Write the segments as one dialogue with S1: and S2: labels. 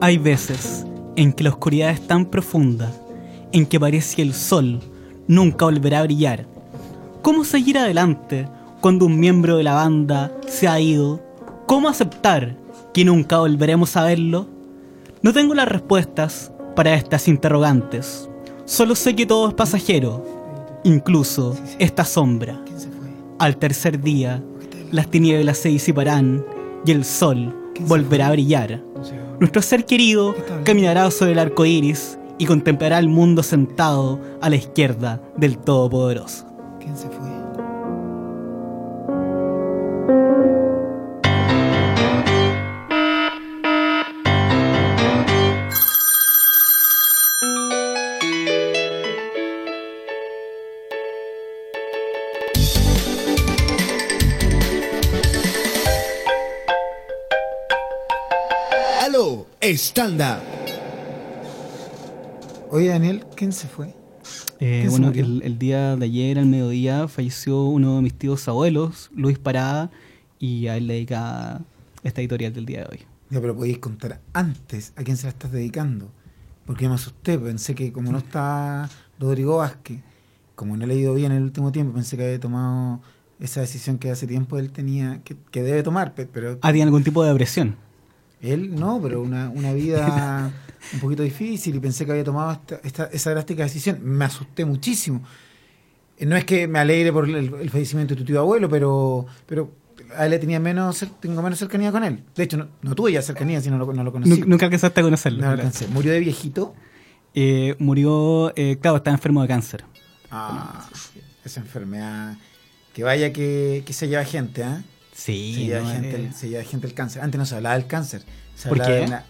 S1: Hay veces en que la oscuridad es tan profunda, en que parece que el sol nunca volverá a brillar. ¿Cómo seguir adelante cuando un miembro de la banda se ha ido? ¿Cómo aceptar que nunca volveremos a verlo? No tengo las respuestas para estas interrogantes. Solo sé que todo es pasajero, incluso esta sombra.
S2: ¿Quién se fue?
S1: Al tercer día,
S2: ¿Por qué está ahí?
S1: las tinieblas se disiparán y el sol volverá a brillar.
S2: No sé.
S1: Nuestro ser querido caminará sobre el arco iris y contemplará el mundo sentado a la izquierda del Todopoderoso.
S2: ¿Quién se fue?
S3: Aló, estándar.
S2: Oye, Daniel, ¿quién se fue?
S1: Eh,
S2: ¿Quién se
S1: bueno,
S2: murió?
S1: el, el día de ayer, al mediodía, falleció uno de mis tíos abuelos, Luis Parada, y a él le dedica esta editorial del día de hoy.
S2: Ya, pero podéis contar antes a quién se la estás dedicando. Porque yo me asusté, pues, pensé que como no está Rodrigo Vázquez, como no he leído bien el último tiempo, pensé que había tomado esa decisión que hace tiempo él tenía, que, que debe tomar, pe- pero
S1: Ah, tiene algún tipo de depresión.
S2: él no, pero una, una vida un poquito difícil y pensé que había tomado esta, esta- esa drástica decisión. Me asusté muchísimo. Eh, No es que me alegre por el, el fallecimiento de tu tío abuelo, pero, pero a él le tenía menos, cer- tengo menos cercanía con él. De hecho, no, no tuve ya cercanía, sino no lo conocí.
S1: Nu- Nunca alcanzaste a conocerlo.
S2: No lo alcancé. Murió de viejito.
S1: Eh, murió, eh, claro, estaba enfermo de cáncer.
S2: Ah, esa enfermedad. Que vaya que, que se lleva gente, ¿ah?
S1: Sí,
S2: Se lleva,
S1: no,
S2: gente,
S1: eh,
S2: el, se lleva gente el cáncer. Antes no se hablaba del cáncer. Se
S1: ¿Por
S2: hablaba
S1: qué?
S2: de una-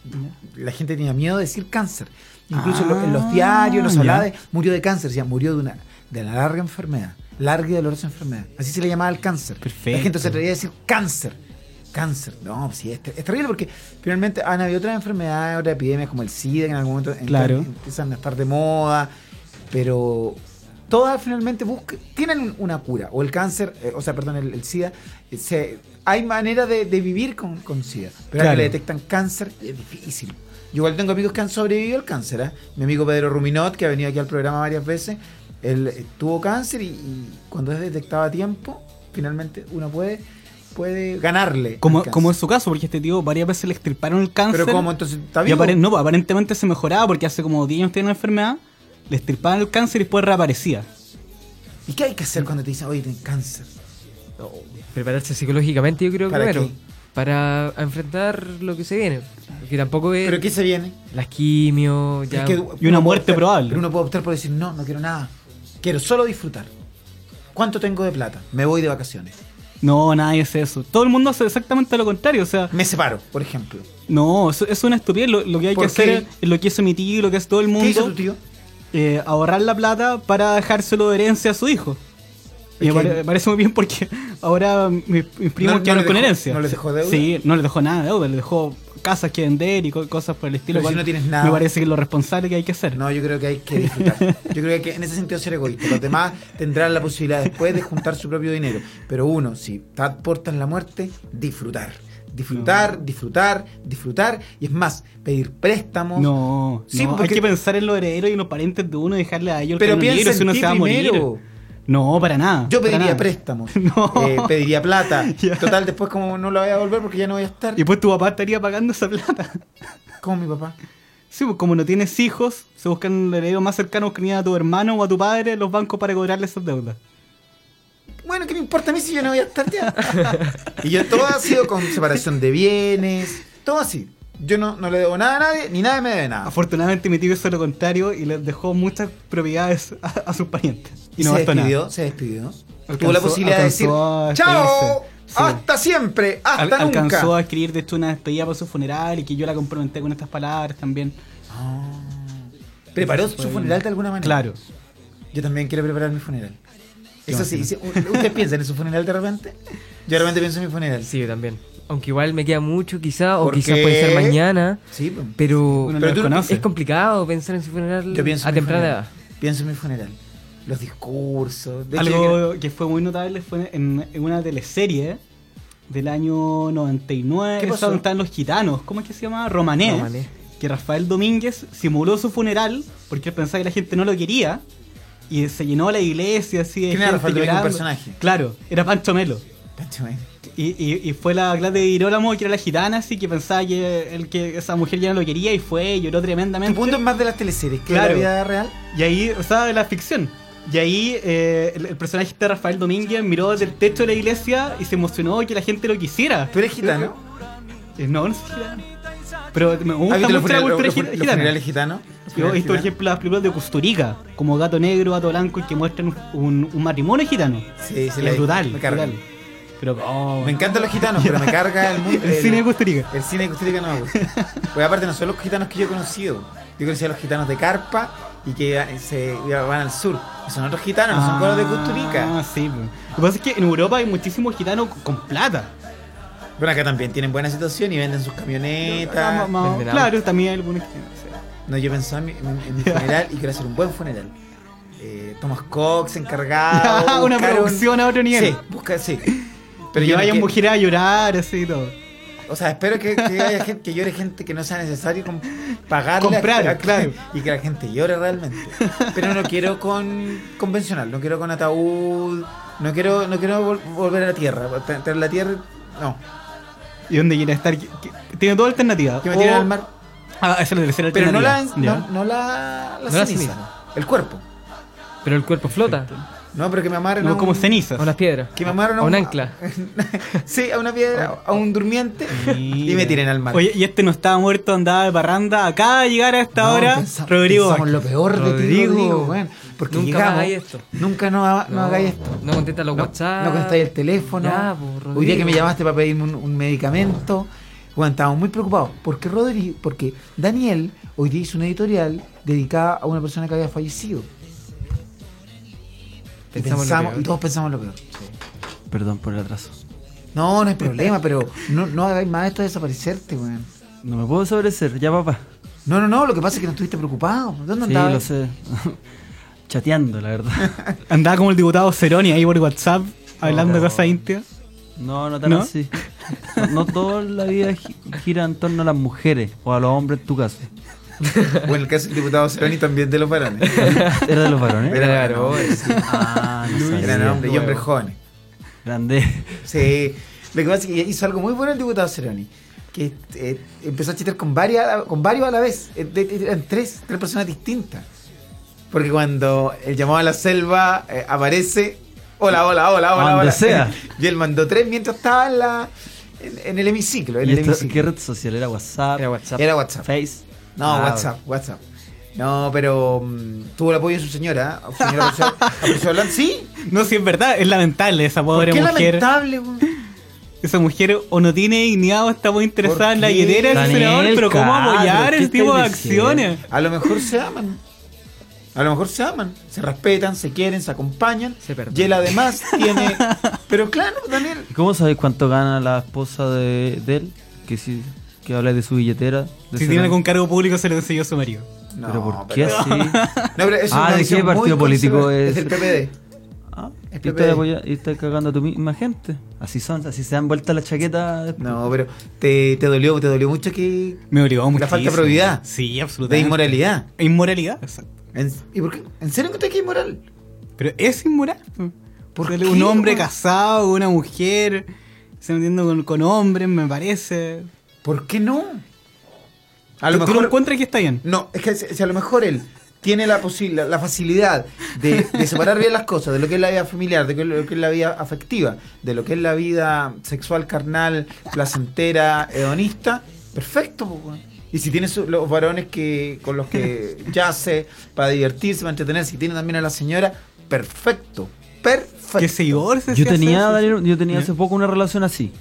S2: la gente tenía miedo de decir cáncer. Incluso
S1: Ah,
S2: en lo- en los diarios no se
S1: ya.
S2: hablaba de murió de cáncer, decía murió de una de la larga enfermedad, larga y dolorosa enfermedad. Así se le llamaba el cáncer.
S1: Perfecto.
S2: La gente se atrevía a decir cáncer. Cáncer, no, pues sí, es, ter- es terrible porque finalmente han habido otras enfermedades, otras epidemias como el SIDA que en algún momento
S1: Claro.
S2: entran- empiezan a estar de moda, pero todas finalmente buscan, tienen un- una cura. O el cáncer, eh, o sea, perdón, el, el SIDA. eh, se- hay manera de, de vivir con, con SIDA. Pero ahora
S1: Claro.
S2: que le detectan cáncer, es difícil. Yo igual tengo amigos que han sobrevivido al cáncer. ¿ah? Mi amigo Pedro Ruminot, que ha venido aquí al programa varias veces, él eh, tuvo cáncer y, y cuando es detectado a tiempo, finalmente uno puede, puede ganarle. al
S1: Como,
S2: cáncer.
S1: como es su caso, porque este tío varias veces le extirparon el cáncer.
S2: Pero como entonces está
S1: Y
S2: vivo.
S1: aparen- no, pues, aparentemente se mejoraba porque hace como 10 años tenía una enfermedad, le extirpaban el cáncer y después reaparecía.
S2: ¿Y qué hay que hacer cuando te dicen, oye, tienes cáncer?
S4: Prepararse psicológicamente, yo creo
S2: ¿Para
S4: primero.
S2: qué?
S4: Para enfrentar lo que se viene. Que tampoco
S1: Eh,
S4: es.
S2: ¿Pero qué se viene?
S4: Las quimio, ya.
S2: Es que
S1: una muerte
S2: uno puede optar-
S1: probable.
S2: Pero uno puede optar por decir, no, no quiero nada. Quiero solo disfrutar. ¿Cuánto tengo de plata? Me voy de vacaciones.
S1: No, nadie hace eso. Todo el mundo hace exactamente lo contrario. O sea,
S2: Me separo, por ejemplo.
S1: no, eso eso es una estupidez. Lo, lo que hay que
S2: ¿Por
S1: hacer
S2: qué?
S1: es es lo que hizo mi tío y lo que hace todo el
S2: ¿Qué hizo
S1: mundo:
S2: tu tío?
S1: eh, ahorrar la plata para dejárselo de herencia a su hijo. Y me
S2: Es que-
S1: pare- me parece muy bien porque ahora mis, mis primos
S2: no
S1: quedaron
S2: le
S1: con
S2: dejó-
S1: herencia.
S2: no les dejó deuda.
S1: Sí, no les dejó nada de deuda, les dejó casas que vender y co- cosas por el estilo.
S2: Pero si
S1: cual
S2: no tienes nada.
S1: Me parece que es lo responsable que hay que hacer.
S2: No, yo creo que hay que disfrutar. Yo creo que hay que en ese sentido ser egoísta. Los demás tendrán la posibilidad después de juntar su propio dinero. Pero uno, si está portas la muerte, disfrutar. Disfrutar, disfrutar, disfrutar. Y es más, pedir préstamos.
S1: No,
S2: Sí, pues,
S1: no,
S2: porque-
S1: hay que pensar en los herederos y en los parientes de uno y dejarle a ellos el
S2: Pero
S1: camino
S2: piensa
S1: libre si
S2: en
S1: uno
S2: ti
S1: se va a morir.
S2: primero.
S1: No, para nada.
S2: Yo
S1: para
S2: pediría
S1: nada.
S2: préstamos,
S1: No.
S2: eh, pediría plata.
S1: Ya.
S2: Total, después como no la voy a volver porque ya no voy a estar,
S1: Y pues tu papá estaría pagando esa plata.
S2: como mi papá.
S1: Sí, pues como no tienes hijos, se buscan el heredero más cercano que ni a tu hermano o a tu padre en los bancos para cobrarle esas deudas.
S2: Bueno, ¿qué me importa a mí si yo no voy a estar ya? y yo todo ha sido con separación de bienes, todo así. Yo no, no le debo nada a nadie, ni nadie me debe nada.
S1: Afortunadamente mi tío hizo lo contrario y les dejó muchas propiedades a, a sus parientes.
S2: Y
S1: Y no
S2: se
S1: gastó
S2: despidió,
S1: nada.
S2: se despidió. Tuvo
S1: Alcanzó-
S2: la posibilidad de decir,
S1: alcanzó a
S2: ¡Chao!
S1: despedirse. Sí.
S2: ¡Hasta siempre! ¡Hasta
S1: Al-
S2: nunca!
S1: alcanzó a escribir de hecho una despedida para su funeral y que yo la comprometí con estas palabras también.
S2: Ah. Preparó su funeral de alguna manera.
S1: Claro.
S2: Yo también quiero preparar mi funeral.
S1: Qué
S2: Eso sí, sí, ¿ustedes piensan en su funeral de repente? Yo de repente pienso en mi funeral.
S4: Sí, yo también. Aunque igual me queda mucho, quizá, o
S2: ¿Por
S4: quizás
S2: qué?
S4: puede ser mañana.
S2: Sí, pues.
S4: Pero,
S1: Uno no
S2: Pero
S1: los
S2: tú-
S1: conoce.
S4: es complicado pensar en su funeral
S2: yo pienso
S4: a
S2: en mi
S4: temprana
S2: funeral.
S4: edad.
S2: Pienso en mi funeral. Los discursos. De hecho, yo
S1: Algo que fue muy notable fue en, en una teleserie del año 99.
S2: ¿Qué
S1: esa
S2: pasó?
S1: donde estaban los gitanos. ¿Cómo es que se llama? Romané.
S4: Romané.
S1: que Rafael Domínguez simuló su funeral porque él pensaba que la gente no lo quería y se llenó la iglesia así de
S2: ¿Quién era
S1: gente
S2: Rafael Domínguez, un
S1: llorando.
S2: personaje?
S1: Claro, era Pancho Melo.
S2: Pancho Melo.
S1: Y, y- y fue la clase de Girolamo, que era la gitana, así que pensaba que, el, que esa mujer ya no lo quería y fue, y lloró tremendamente.
S2: Tu punto es más de las teleseries que
S1: Claro.
S2: de la vida real.
S1: Y ahí, o sea, de la ficción. Y ahí eh, el, el personaje de Rafael Domínguez miró desde el techo de la iglesia y se emocionó que la gente lo quisiera.
S2: Tú eres gitano.
S1: Eh, No, no sé gitano. Pero me gusta
S2: ¿Has visto Ah, los
S1: mucho la
S2: funerales-
S1: cultura
S2: los-
S1: gi-
S2: los
S1: gitana.
S2: funerales gitanos? Los
S1: Yo he
S2: funerales
S1: visto, por
S2: gitanos.
S1: ejemplo, las películas de Costurica, como Gato Negro, Gato Blanco, y que muestran un, un matrimonio gitano.
S2: Sí, sí,
S1: es
S2: la-
S1: brutal,
S2: me carga.
S1: brutal. Pero, oh,
S2: Me encantan los gitanos, pero me carga el mundo.
S1: el cine de Costurica.
S2: El cine de Costa Rica no me gusta. Pues aparte no son los gitanos que yo he conocido. Yo conocí a los gitanos de Carpa y que eh, se van al sur. Son otros gitanos, no son con los de Costa Rica.
S1: Ah, sí. pues. Lo que pasa es que en Europa hay muchísimos gitanos con plata.
S2: Bueno, acá también tienen buena situación y venden sus camionetas.
S1: Ah, ma- ma-
S4: Desde
S1: claro, también hay algunos gitanos. sí.
S2: No, yo pensaba en mi, en- en mi funeral y quiero hacer un buen funeral. Eh, Thomas Cox encargado.
S1: Ah, una
S2: buscar un-
S1: producción a otro nivel.
S2: Sí, busca, sí.
S1: Pero que
S2: yo no
S1: vayan
S2: quiero-
S1: mujeres a llorar, así y todo.
S2: O sea, espero que, que haya gente que llore gente que no sea necesario com- pagarle a-
S1: Comprar,
S2: a-
S1: claro.
S2: y que la gente llore realmente. Pero no quiero con convencional, no quiero con ataúd, no quiero no quiero vol- volver a la tierra, eh, tra- traer la tierra, no,
S1: ¿Y dónde quiere estar? Que- que- Tiene dos alternativas.
S2: que me
S1: O-
S2: tiren al mar,
S1: Ah, esa es la tercera
S2: pero no la
S1: alternativa.
S2: no,
S1: Ya.
S2: no la, la
S4: No la
S2: ceniza,
S4: ceniza.
S2: el cuerpo.
S4: Pero el cuerpo flota.
S2: No, pero que me amarren
S1: No,
S2: a un-
S1: como cenizas.
S4: A unas piedras.
S2: que me amarren
S4: A un
S2: a-
S4: ancla.
S2: sí, a una piedra, a un durmiente y me
S1: Mira.
S2: tiren al mar.
S1: Oye, y este no estaba muerto, andaba de parranda. Acaba de llegar a esta
S2: No,
S1: hora,
S2: pensa-
S1: Rodrigo. Vázquez.
S2: pensamos lo peor de ti,
S4: Rodrigo,
S2: Rodrigo, weón, porque
S4: nunca
S2: llegamos,
S4: hagáis esto.
S2: Nunca no, ha- no hagáis esto.
S4: No contesta los WhatsApp.
S2: No contestáis el teléfono.
S4: Ya, po, Rodrigo.
S2: Hoy día que me llamaste para pedirme un, un medicamento. Bueno, estábamos muy preocupados. Porque Rodrigo, porque Daniel hoy día hizo una editorial dedicada a una persona que había fallecido. Y
S4: Pensamos en lo
S2: pensamos-
S4: peor.
S2: y todos pensamos lo peor.
S3: Perdón por el atraso.
S2: No, no hay problema, pero no, no hagáis más esto de desaparecerte, weón.
S3: No me puedo sobrecer, ya papá.
S2: No, no, no, lo que pasa es que no estuviste preocupado. ¿Dónde
S3: sí,
S2: andabas?
S3: lo sé. Chateando, la verdad.
S1: Andaba como el diputado Ceroni ahí por WhatsApp, hablando de cosas íntimas.
S3: No, no tan
S1: ¿No?
S3: así. No, no toda la vida gi- gira en torno a las mujeres o a los hombres en tu caso.
S2: O en el caso del diputado Ceroni también de los varones.
S3: ¿Eres de los varones?
S2: Era
S4: Era
S2: varón,
S4: varón,
S2: sí.
S3: Ah, no
S2: Gran
S3: sabía.
S2: hombre y hombres jóvenes.
S3: Grande.
S2: Sí, lo que pasa es que hizo algo muy bueno el diputado Ceroni, que eh, empezó a chatear con, varias, con varios a la vez, eh, de- de- eran tres, tres personas distintas. Porque cuando el llamado a la selva eh, aparece, hola, hola, hola, hola,
S3: Donde
S2: hola.
S3: sea.
S2: Y él mandó tres mientras estaba en, la, en, en el hemiciclo. En
S3: ¿Y
S2: el
S3: esto-
S2: hemiciclo.
S3: qué red social? ¿Era WhatsApp?
S4: Era WhatsApp.
S2: Era WhatsApp.
S3: Face.
S2: No,
S3: Ah,
S2: WhatsApp, WhatsApp. No, pero mm, tuvo el apoyo de su señora, ¿eh? señora Rousseau- a Rousseau Blanc. Sí,
S1: No, sí, es verdad, es lamentable esa pobre
S2: qué
S1: mujer.
S2: lamentable, güey.
S1: Esa mujer o no tiene dignidad o está muy interesada
S2: ¿Por
S1: en la
S2: qué?
S1: hilera del
S3: Daniel,
S1: senador, pero ¿cómo
S3: cabro,
S1: apoyar
S3: ¿qué
S1: el tipo de
S3: estáis diciendo?
S1: acciones?
S2: A lo mejor se aman. A lo mejor se aman, se respetan, se quieren, se acompañan.
S4: Se perdonan.
S2: y él además tiene. Pero claro, Daniel.
S3: ¿Y cómo sabes cuánto gana la esposa de, de él? Que sí, que habla de su billetera. de
S1: Si
S3: ese
S1: tiene
S3: gran-
S1: algún cargo público, se lo enseñó su marido.
S2: No,
S3: ¿Pero por qué
S2: pero-
S3: así?
S2: No, pero eso es una
S3: Ah, ¿de qué
S2: visión muy
S3: partido político
S2: conserva-
S3: es?
S2: Es del PPD.
S3: Ah, y
S2: El
S3: estás
S2: PPD.
S3: apoya- y estás cagando a tu misma gente. Así son, así se dan vuelta las chaquetas.
S2: No, pero te, te dolió, te dolió mucho que.
S1: Me obligó mucho.
S2: falta de probidad.
S1: Sí,
S3: ¿Ah?
S2: De
S1: absolutamente.
S2: inmoralidad.
S1: E inmoralidad, exacto.
S2: En- ¿Y por qué? ¿En serio encontré que es inmoral?
S1: Pero es inmoral. Porque
S2: qué,
S1: un hombre
S2: weón?
S1: casado, una mujer, se metiendo con, con hombres, me parece.
S2: ¿Por qué no? A
S1: ¿Tú- ¿Tú
S2: lo
S1: lo
S2: mejor.
S1: encuentras que está bien?
S2: No, es que si si a lo mejor él tiene la posibilidad, la facilidad de, de separar bien las cosas, de lo que es la vida familiar, de lo que es la vida afectiva, de lo que es la vida sexual, carnal, placentera, hedonista, perfecto. po, weón. Y si tiene su- los varones que con los que yace para divertirse, para entretenerse, y tiene también a la señora, perfecto, perfecto.
S1: Que se divorcie.
S3: Yo
S1: si hace
S3: tenía,
S1: eso.
S3: Daniel, yo tenía
S2: ¿Eh?
S1: Ya.
S3: hace poco una relación así.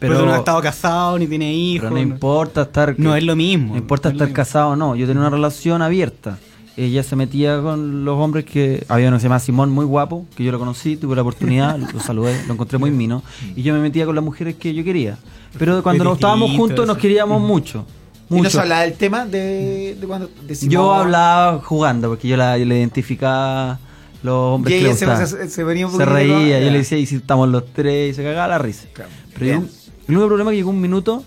S1: Pero,
S3: Pero,
S1: tú no has estado casado, ni tiene hijos.
S3: pero no importa estar.
S1: No es lo mismo.
S3: No importa
S1: No es lo
S3: estar
S1: mismo.
S3: casado o no. Yo tenía una relación abierta. Ella se metía con los hombres que. Había uno que se llamaba Simón, muy guapo, que yo lo conocí, tuve la oportunidad, lo saludé, lo encontré muy mino. Y yo me metía con las mujeres que yo quería. Pero cuando nos estábamos
S1: distinto
S3: juntos nos
S1: eso.
S3: queríamos mucho.
S2: Y nos
S3: Mucho.
S2: hablaba del tema de, de cuando decimos.
S3: Yo hablaba jugando, porque yo la, yo le identificaba los hombres
S2: Y
S3: que le
S2: ella se-
S3: gustaban.
S2: se- se venía un
S3: Se
S2: poquito
S3: reía,
S2: con-
S3: yo le decía, y si estamos los tres, y se cagaba la risa.
S2: Claro.
S3: Pero yo-
S2: Bien.
S3: el único problema es que llegó un minuto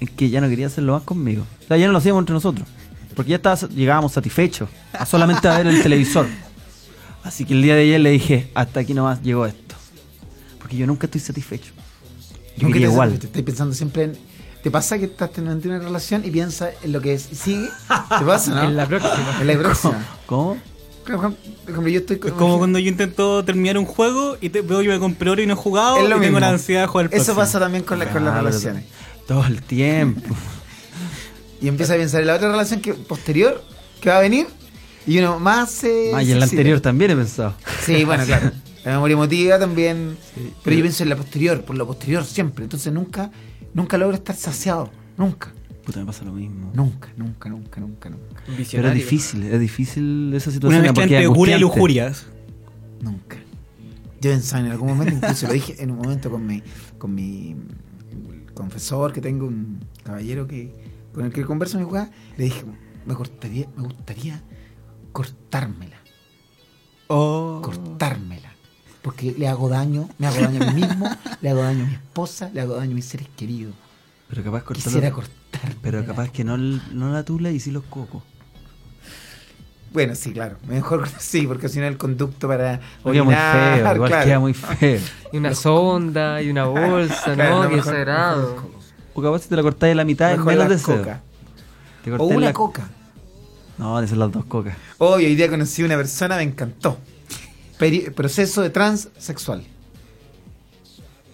S3: en que ya no quería hacerlo más conmigo. O sea, ya no lo hacíamos entre nosotros. Porque ya estaba, llegábamos satisfechos a solamente a ver el televisor. Así que el día de ayer le dije, hasta aquí nomás llegó esto. Porque yo nunca estoy satisfecho. Yo
S2: Nunca
S3: quería
S2: te-
S3: igual.
S2: Te estás pensando siempre en. ¿Te pasa que estás teniendo una relación y piensas en lo que es? ¿Sigue? ¿Te pasa, no?
S4: En la próxima.
S2: En la próxima.
S3: ¿Cómo?
S2: Por ejemplo, yo estoy con-
S1: Es como cuando yo intento terminar un juego y te veo que me compré oro y no he jugado
S2: Es
S1: y
S2: lo
S1: tengo
S2: mismo.
S1: la ansiedad de jugar el
S2: Eso
S1: próximo.
S2: pasa también con, la- con las
S3: Ah, pero
S2: relaciones.
S3: Todo el tiempo.
S2: Y empieza a pensar en la otra relación que posterior que va a venir y uno más. eh,
S3: Ah, y
S2: se
S3: en la
S2: excita.
S3: anterior también he pensado.
S2: Sí, bueno, claro. La memoria emotiva también. Pero yo pienso en la posterior, por lo posterior siempre. Entonces nunca, nunca logro estar saciado. Nunca.
S3: Puta, me pasa lo mismo.
S2: Nunca, nunca, nunca, nunca, nunca.
S3: Pero es
S4: Visionario.
S3: difícil, es difícil esa
S1: Una
S3: situación.
S1: mezcla
S3: porque
S1: entre
S3: es
S1: lujuria y
S3: angustiante.
S1: lujurias.
S2: Nunca. Yo pensaba en algún momento, incluso lo dije en un momento con mi, con mi confesor, que tengo un caballero que con el que converso en mi jugada, le dije, me cortaría, me gustaría cortármela,
S1: Oh.
S2: cortármela. Porque le hago daño, me hago daño a mí mismo, le hago daño a mi esposa, le hago daño a mis seres queridos.
S3: Pero capaz cortarlo-
S2: Quisiera cortar.
S3: Pero capaz que no, l- no la tula y sí los cocos.
S2: Bueno, sí, claro. Mejor sí, porque si no el conducto para.
S3: Queda muy feo,
S2: orinar,
S3: igual
S2: claro.
S3: queda muy feo.
S4: Y una sonda, y una bolsa,
S2: Claro,
S4: no,
S2: no,
S4: qué
S2: mejor-
S4: sagrado.
S3: O capaz si te la cortáis de la mitad es
S2: Mejor
S3: menos
S2: la
S3: de cero.
S2: coca.
S3: Te
S2: O
S3: cortáis
S2: una
S3: la-
S2: coca.
S3: No, van a ser las dos cocas.
S2: Hoy, hoy día conocí a una persona, me encantó. Peri- proceso de transexual.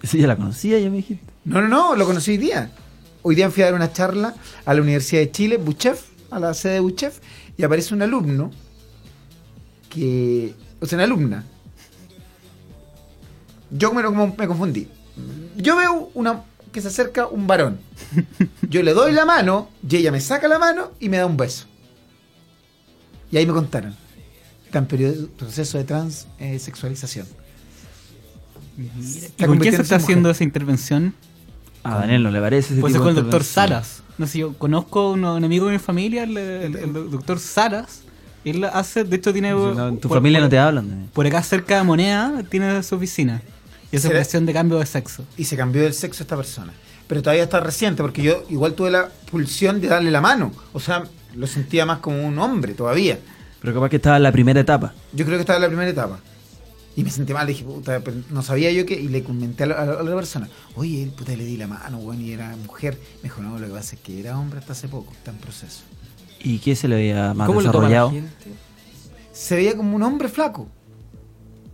S3: Eso ya la conocía, ya me dijiste.
S2: No, no, no, lo conocí hoy día. Hoy día fui a dar una charla a la Universidad de Chile, Buchef, a la sede de Buchef, y aparece un alumno que. O sea, una alumna. Yo me, lo- me confundí. Yo veo una que se acerca un varón. Yo le doy la mano, y ella me saca la mano y me da un beso. Y ahí me contaron. Está en periodo- proceso de transsexualización.
S1: ¿Y con quién se está haciendo esa intervención?
S3: A Daniel no le parece ese
S1: Pues es
S3: tipo
S1: con el
S3: de
S1: doctor
S3: intervención.
S1: Saras. No sé, yo conozco a un, un amigo de mi familia, el, el- el do- doctor Saras. Él hace, de hecho tiene...
S3: No, en tu
S1: por-
S3: familia
S1: por-
S3: no te hablan, Daniel.
S1: Por acá cerca de Moneda tiene su oficina. Y hace
S2: ¿Será?
S1: operación de cambio de sexo.
S2: y se cambió el sexo esta persona. Pero todavía está reciente, porque yo igual tuve la pulsión de darle la mano. O sea, lo sentía más como un hombre todavía.
S3: Pero capaz que estaba en la primera etapa.
S2: Yo creo que estaba en la primera etapa. Y me sentí mal, dije, puta, pero no sabía yo qué. Y le comenté a la, a la otra persona, oye, puta, le di la mano, weón, y era mujer. Me dijo, no, lo que pasa es que era hombre hasta hace poco, está en proceso.
S3: ¿Y qué se le veía más
S4: ¿Cómo lo toma la
S3: desarrollado?
S4: gente?
S2: Se veía como un hombre flaco.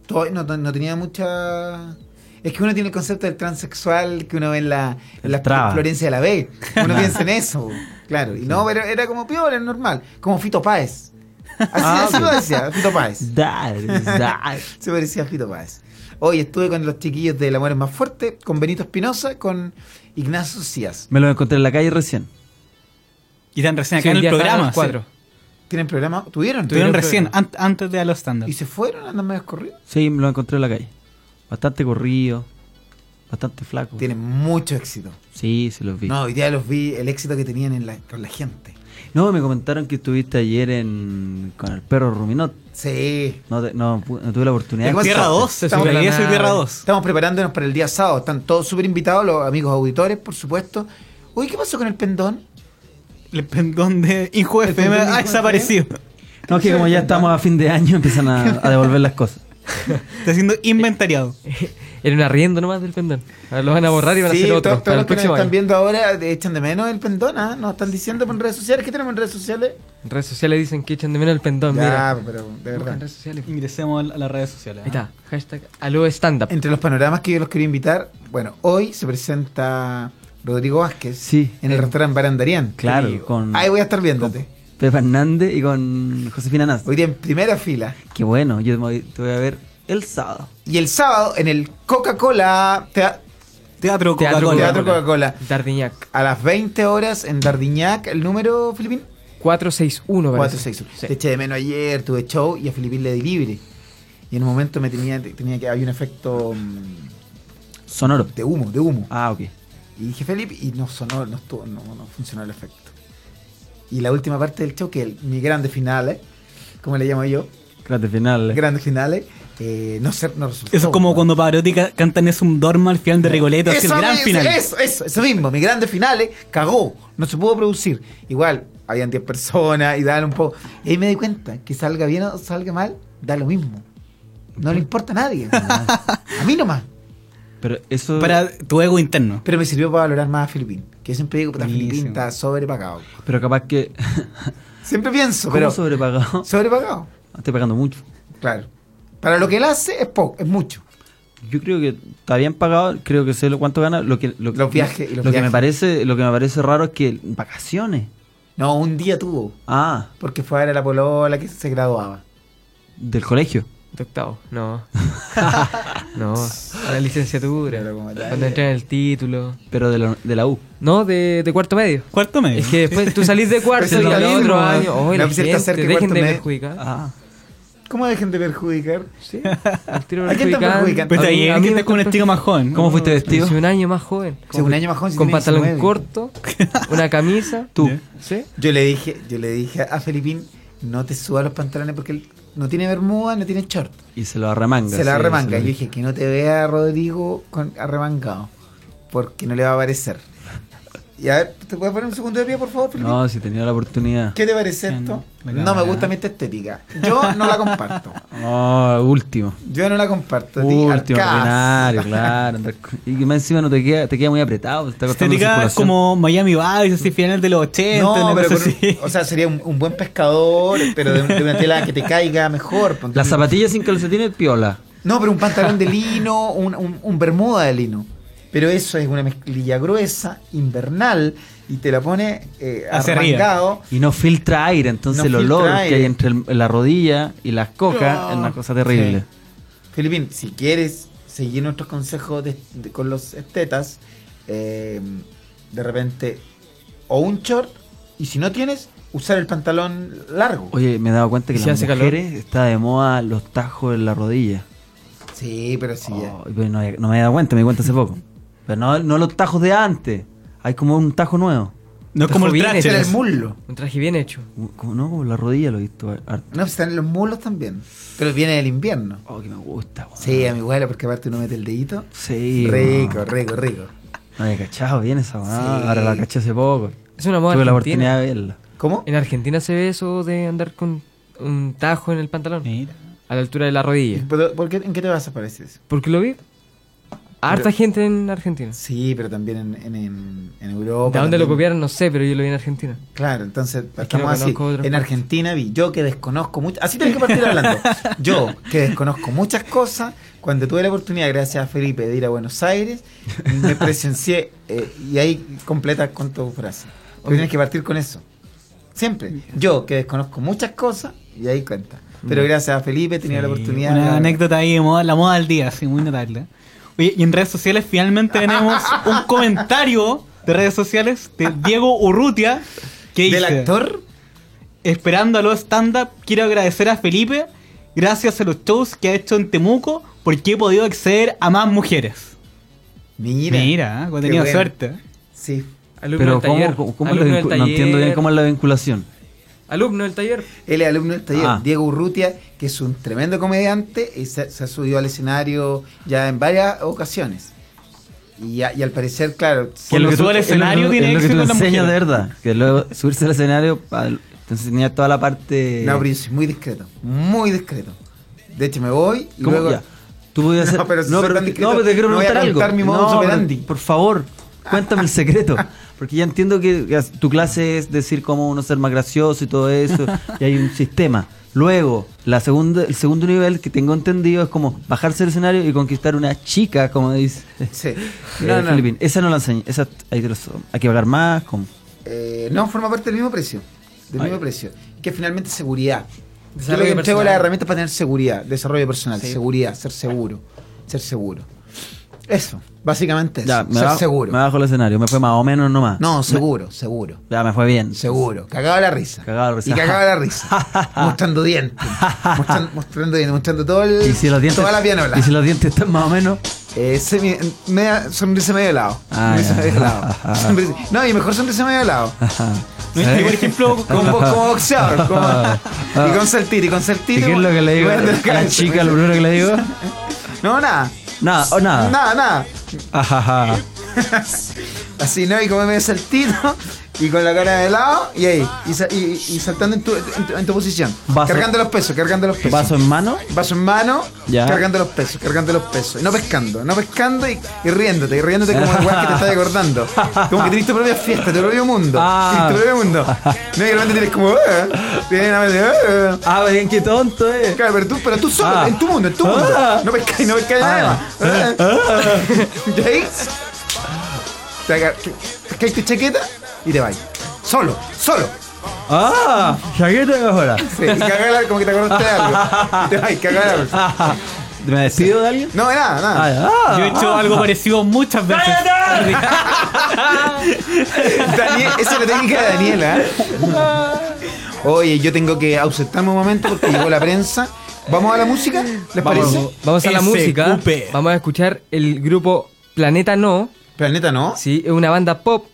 S2: Todavía no, no tenía mucha. Es que uno tiene el concepto del transexual que uno ve en la, en
S3: El
S2: la
S3: traba.
S2: Florencia de la B. Uno piensa en eso, claro. Y no, pero era como peor, era normal. Como Fito Páez. Así,
S3: Ah,
S2: así
S3: ok.
S2: lo decía, Fito Páez.
S3: Dale, dale.
S2: Se parecía a Fito Páez. Hoy estuve con los chiquillos del Amor es más fuerte, con Benito Espinosa, con Ignacio Cías.
S3: Me lo encontré en la calle recién.
S1: Y están recién acá
S4: Sí,
S1: en
S4: hoy
S1: el
S4: día estaban a
S1: programa.
S4: las cuatro.
S1: sí.
S2: ¿Tienen programa? ¿Tuvieron?
S1: Estuvieron
S4: Tuvieron
S1: recién,
S4: programa.
S1: an- antes de a los estándar.
S2: ¿Y se fueron? ¿Andan medio corridos?
S3: Sí, me lo encontré en la calle. Bastante corrido, bastante flaco.
S2: Tienen mucho éxito.
S3: Sí, se los vi. No.
S2: No, hoy día los vi el éxito que tenían en la- con la gente.
S3: me comentaron que estuviste ayer en con el perro Ruminot.
S2: Sí.
S3: No, te- no, pu- no tuve la oportunidad.
S2: ¿Y cómo
S1: Tierra
S2: está?
S1: 2, se
S2: Estamos
S1: supone
S4: en
S1: que
S4: la
S1: eso y Tierra
S4: nave.
S1: 2.
S2: Estamos preparándonos para el día sábado. Están todos súper invitados, los amigos auditores, por supuesto. Uy, ¿qué pasó con el pendón?
S1: El pendón de Inju
S2: El
S1: FM
S2: pendón de
S1: ha
S2: Inju
S1: desaparecido.
S3: No, es que como ya estamos a fin de año empiezan a, a devolver las cosas.
S1: Está siendo inventariado.
S4: Era un arriendo nomás del pendón. Ahora lo van a borrar y van a
S2: Sí,
S4: hacer
S2: to-
S4: otro.
S2: todos,
S4: para el
S2: los que nos
S4: próximo
S2: están
S4: año.
S2: viendo ahora eh, echan de menos el pendón, ¿ah? Nos están diciendo por redes sociales. ¿Qué tenemos en redes sociales?
S4: En redes sociales dicen que echan de menos el pendón. Pues mira.
S2: Ya, pues, pero de
S4: Busca en
S2: verdad.
S4: redes sociales.
S1: Ingresemos a las redes sociales. ¿ah?
S4: Ahí está. Hashtag Aló Stand Up.
S2: Entre los panoramas que yo los quería invitar, bueno, hoy se presenta Rodrigo Vázquez
S3: Sí.
S2: en el restaurante Barandarián.
S3: Claro,
S2: Sí.
S3: con-
S2: Ahí voy a estar viéndote.
S3: Pepe Hernández y con Josefina Nas.
S2: Hoy día en primera fila.
S3: Qué bueno, yo me voy- te voy a ver el sábado.
S2: Y el sábado en el Coca-Cola Tea-
S1: Teatro
S4: Teatro
S1: Coca-Cola.
S2: Teatro Coca-Cola.
S4: Dardiñac.
S2: A las 20 horas en Dardiñac, el número, Filipín,
S4: 461 parece.
S2: 461.
S4: Sí.
S2: Te eché de menos ayer, tuve show y a Filipín le di libre. Y en un momento me tenía, tenía que, había un efecto mm,
S3: Sonoro.
S2: de humo, de humo.
S3: Ah, ok.
S2: Y dije Felipe y no sonó, no, estuvo, no, no funcionó el efecto. Y la última parte del show, que el- mi grande final, ¿eh? como le llamo yo,
S3: Grande final.
S2: grandes finales, eh, no, ser, no resultó.
S1: Eso es como
S2: weón.
S1: cuando Pavarotti ca- canta en Es un Dorma al final de Rigoletto, es el
S2: Oh, Eso
S1: gran
S2: mismo,
S1: final.
S2: Eso, eso, eso mismo, mi grande finales cagó, no se pudo producir. Igual, habían 10 personas y dan un poco. Y ahí me di cuenta que salga bien o salga mal, da lo mismo. No le importa a nadie. a mí nomás.
S3: Pero eso.
S1: Para tu ego interno.
S2: Pero me sirvió para valorar más a Filipín. Que yo siempre digo, puta,
S1: Buenísimo.
S2: Filipín está sobrepagado.
S3: Pero capaz que.
S2: Siempre pienso,
S3: ¿Cómo
S2: pero.
S3: sobrepagado?
S2: Sobrepagado.
S3: Estoy pagando mucho.
S2: Claro. Para lo que él hace es poco, es mucho.
S3: Yo creo que está bien pagado, creo que sé lo cuánto gana. Lo que, lo,
S2: Los viajes y los
S3: lo que
S2: viajes.
S3: me parece, lo que me parece raro es que vacaciones.
S2: No, un día tuvo.
S3: Ah,
S2: Porque fue a ver a la polola que se graduaba.
S3: del colegio.
S4: De octavo. No. no. La licenciatura.
S2: Pero como tal.
S4: Cuando entran el título.
S3: Pero de la, de la U.
S4: No, de, de cuarto medio.
S1: Cuarto medio.
S4: Es que después tú salís de cuarto
S2: Pero es
S4: y
S2: lo
S4: al
S2: mismo,
S4: otro
S2: ¿eh?
S4: año. Oh,
S2: No,
S4: la
S2: pues si está
S4: gente,
S2: cerca de
S4: dejen
S2: cuarto
S4: de
S2: medio.
S4: perjudicar.
S3: Ah,
S2: ¿Cómo dejen de perjudicar?
S4: Sí. Al tiro
S2: ¿A quién están perjudicando?
S1: Pues
S4: A mí-
S1: ahí
S4: a mí me
S1: estás con un
S4: están
S1: estilo más joven.
S3: ¿Cómo fuiste vestido?
S4: Soy un año más joven.
S2: Sí, un año más joven, si
S4: Con
S2: tiene
S4: pantalón
S2: 19.
S4: corto, una camisa.
S3: Tú.
S4: ¿Sí?
S2: Yo le dije, yo le dije a Felipín, no te subas los pantalones porque él no tiene bermuda, no tiene short.
S3: Y se lo arremanga.
S2: se la
S3: sí,
S2: arremanga.
S3: se
S2: Yo
S3: lo-
S2: dije que no te vea Rodrigo con arremangado. Porque no le va a parecer. Y a ver, ¿te puedes poner un segundo de pie, por favor, Felipín?
S3: No, si tenía la oportunidad.
S2: ¿Qué te parece
S1: Ya,
S2: esto?
S1: no, la
S2: No me
S1: cámara.
S2: gusta mi esta estética. Yo no la comparto.
S3: Ah, último.
S2: Yo no la comparto. a ti,
S3: Último,
S2: arcada.
S3: ordinario, claro. andar con- Y que más encima no te queda, te queda muy apretado. Te está costando
S1: Estética
S3: circulación.
S1: como Miami Vice, así finales de los 80,
S2: No,
S1: una
S2: pero
S1: cosa
S2: con un-
S1: así.
S2: o sea, sería un, un buen pescador, pero de, un- de una tela que te caiga mejor. ponte
S3: Las
S2: un-
S3: zapatillas sin calcetines, piola.
S2: No, pero un pantalón de lino, un, un- un bermuda de lino. Pero eso es una mezclilla gruesa, invernal, y te la pone eh,
S1: Hacia arriba.
S2: arrancado.
S3: Y no filtra aire, entonces
S2: No
S3: el
S2: filtra
S3: olor que
S2: aire.
S3: hay entre el- la rodilla y las cocas es una cosa terrible.
S2: Sí. Filipín, si quieres seguir nuestros consejos de- de- con los estetas, eh, de repente, o un short, y si no tienes, usar el pantalón largo.
S3: Oye, me he dado cuenta que
S4: ¿Y si
S3: las
S4: hace calor?
S3: mujeres está de moda los tajos en la rodilla.
S2: Sí, pero sí. eh. ya.
S3: Oh, pero no, había- no me he dado cuenta, me di cuenta hace poco. Pero no, no los tajos de antes. Hay como un tajo nuevo.
S1: No es como el
S4: Tajo bien,
S1: traje.
S2: Está en
S4: pero
S2: el muslo.
S4: Un traje bien hecho.
S3: Como- no, como la rodilla lo he visto. harto.
S2: No, están en los muslos también. Pero viene del invierno.
S3: Oh, que me gusta. weón.
S2: Sí, a mi abuela, porque aparte uno mete el dedito.
S3: Sí.
S2: rico,
S3: weón.
S2: rico, rico.
S3: No había cachado bien esa. weón.
S2: Sí.
S3: Ahora la caché hace poco.
S4: Es una moda
S3: Tuve la
S4: argentina.
S3: oportunidad de verla.
S2: ¿Cómo?
S4: En Argentina se ve eso de andar con un tajo en el pantalón.
S1: Mira.
S4: A la altura de la rodilla.
S2: ¿Pero por qué- ¿En qué te vas a parecer eso?
S4: ¿Por qué lo vi? Harta gente en Argentina.
S2: Sí, pero también en, en, en- en Europa.
S4: ¿De dónde lo
S2: también.
S4: copiaron? No sé, pero yo lo vi en Argentina.
S2: Claro, entonces
S4: que no
S2: estamos así.
S4: conozco otros
S2: En
S4: países.
S2: Argentina vi, yo que desconozco muchas... Así tenés que partir hablando. Yo que desconozco muchas cosas, cuando tuve la oportunidad, gracias a Felipe, de ir a Buenos Aires, me presencié eh, y ahí completa con tu frase. Pero tienes que partir con eso. Siempre. Yo que desconozco muchas cosas y ahí cuenta. Pero gracias a Felipe he tenido la
S1: Sí,
S2: oportunidad.
S1: Una
S2: de-
S1: anécdota ahí de moda, la moda del día, sí, muy notable. Oye, y en redes sociales finalmente tenemos un comentario de redes sociales de Diego Urrutia que dice,
S2: Del actor.
S1: esperando a los stand-up, quiero agradecer a Felipe gracias a los shows que ha hecho en Temuco porque he podido acceder a más mujeres.
S2: Mira,
S1: Mira, ¿eh? Cuando he
S2: Qué
S1: tenido
S2: bueno.
S1: suerte.
S2: Sí.
S4: Alumno
S3: pero
S4: del
S3: ¿cómo,
S4: taller.
S3: cómo- cómo es la
S4: alumno del
S3: vincul- no
S4: taller.
S3: entiendo bien cómo es la vinculación.
S4: Alumno del taller.
S2: Él es alumno del taller,
S3: Ah.
S2: Diego Urrutia, que es un tremendo comediante y se, se ha subido al escenario ya en varias ocasiones. Y, a- y al parecer, claro,
S1: Que lo
S3: Es
S1: sube
S3: tú-
S1: al
S3: es
S1: escenario
S3: lo que-
S1: tiene
S3: es lo que
S1: éxito
S3: tú
S1: en las
S3: enseñas de
S1: mujeres.
S3: verdad. Que luego subirse al escenario pa- te enseña toda la parte.
S2: no, pero yo soy muy discreto, muy discreto. De hecho, me voy y
S3: ¿Cómo?
S2: luego...
S3: Ya. Tú podías
S2: No,
S3: hacer.
S2: pero si soy tan discreto,
S3: no, pero te quiero
S2: no voy a
S3: preguntar algo.
S2: contar mi modus
S3: No,
S2: operandi.
S3: pero, por favor, cuéntame el secreto. Porque ya entiendo que que tu clase es decir cómo uno ser más gracioso y todo eso. y hay un sistema. Luego, la segunda, el segundo nivel que tengo entendido es como bajarse del escenario y conquistar una chica, como dice
S2: Sí.
S3: eh,
S2: No, no,
S3: Filipín. Esa no la enseñé. Esa hay, que los- hay que hablar más. Con,
S2: eh, no, forma parte del mismo precio, del
S3: Ay.
S2: mismo precio. Que finalmente es seguridad. Yo
S4: Desarrollo
S2: le entrego
S4: personal.
S2: las herramientas para tener seguridad, desarrollo personal,
S4: Sí.
S2: seguridad, ser seguro, ser seguro. Eso, básicamente eso,
S3: ya, me
S2: ser
S3: bajo,
S2: seguro.
S3: me bajo el escenario. Me fue más o menos nomás.
S2: No, seguro, seguro.
S3: Ya me fue bien.
S2: Seguro, cagaba la risa.
S3: Cagaba la risa.
S2: Y cagaba la risa. mostrando dientes. mostran- Mostrando, dientes, mostrando todo el,
S3: Y si los dientes,
S2: toda la pianola.
S3: y si los dientes están más o menos.
S2: Eh, semi- media- sonrisa medio lado.
S3: Ah,
S2: sonrisa
S3: ya.
S2: medio lado. Sonrisa- no, y mejor sonrisa medio lado.
S1: No es que, por ejemplo,
S2: Como,
S1: como-
S2: como boxeador. como- y con saltito, y con
S3: ¿Y
S2: saltito.
S3: qué es lo que le digo
S2: y bueno,
S3: a la chica, lo primero que le digo?
S2: No, nada.
S3: Nada, o nada.
S2: Nada, nada.
S3: Ajaja.
S2: Así, ¿no? Y como medio saltito. Y con la cara de lado. Y ahí. Y, sa- y- y saltando en tu, en tu- en tu posición.
S3: Vaso.
S2: Cargando los pesos, cargando los pesos.
S3: Vaso en mano.
S2: Vaso en mano,
S3: Ya.
S2: cargando los pesos, cargando los pesos. Y no pescando, no pescando y, y riéndote, y riéndote como el weón que te estás acordando. Como que tenés tu propia fiesta, tu propio mundo.
S3: Ah.
S2: Tenés tu propio mundo. No, y de repente tienes como. "Eh", tienes una vez de, "Eh".
S3: Ah, bien, qué tonto, eh.
S2: Claro, pero tú, pero tú solo,
S3: Ah.
S2: en tu mundo, en tu mundo.
S3: Ah.
S2: No pescáis, no pescáis
S3: Ah.
S2: nada más. ¿Y ahí? Te agar- te- pescáis tu chaqueta y te vas. Solo, solo.
S3: Ah, chaqueta de mejora.
S2: Sí, y cagás la- como que te acordaste de algo. Y te vas, cagás la-
S3: ¿Me despido de alguien?
S2: No, nada, nada.
S3: Ah, ah.
S1: Yo he hecho algo parecido muchas veces.
S2: Daniel- esa es la técnica de Daniela. ¿eh? Oye, yo tengo que ausentarme un momento porque llegó la prensa. ¿Vamos a la música? ¿Les
S4: Vamos,
S2: parece?
S4: vamos a la música.
S1: SQP.
S4: Vamos a escuchar el grupo Planeta No.
S2: Planeta no.
S4: Sí, es una banda pop.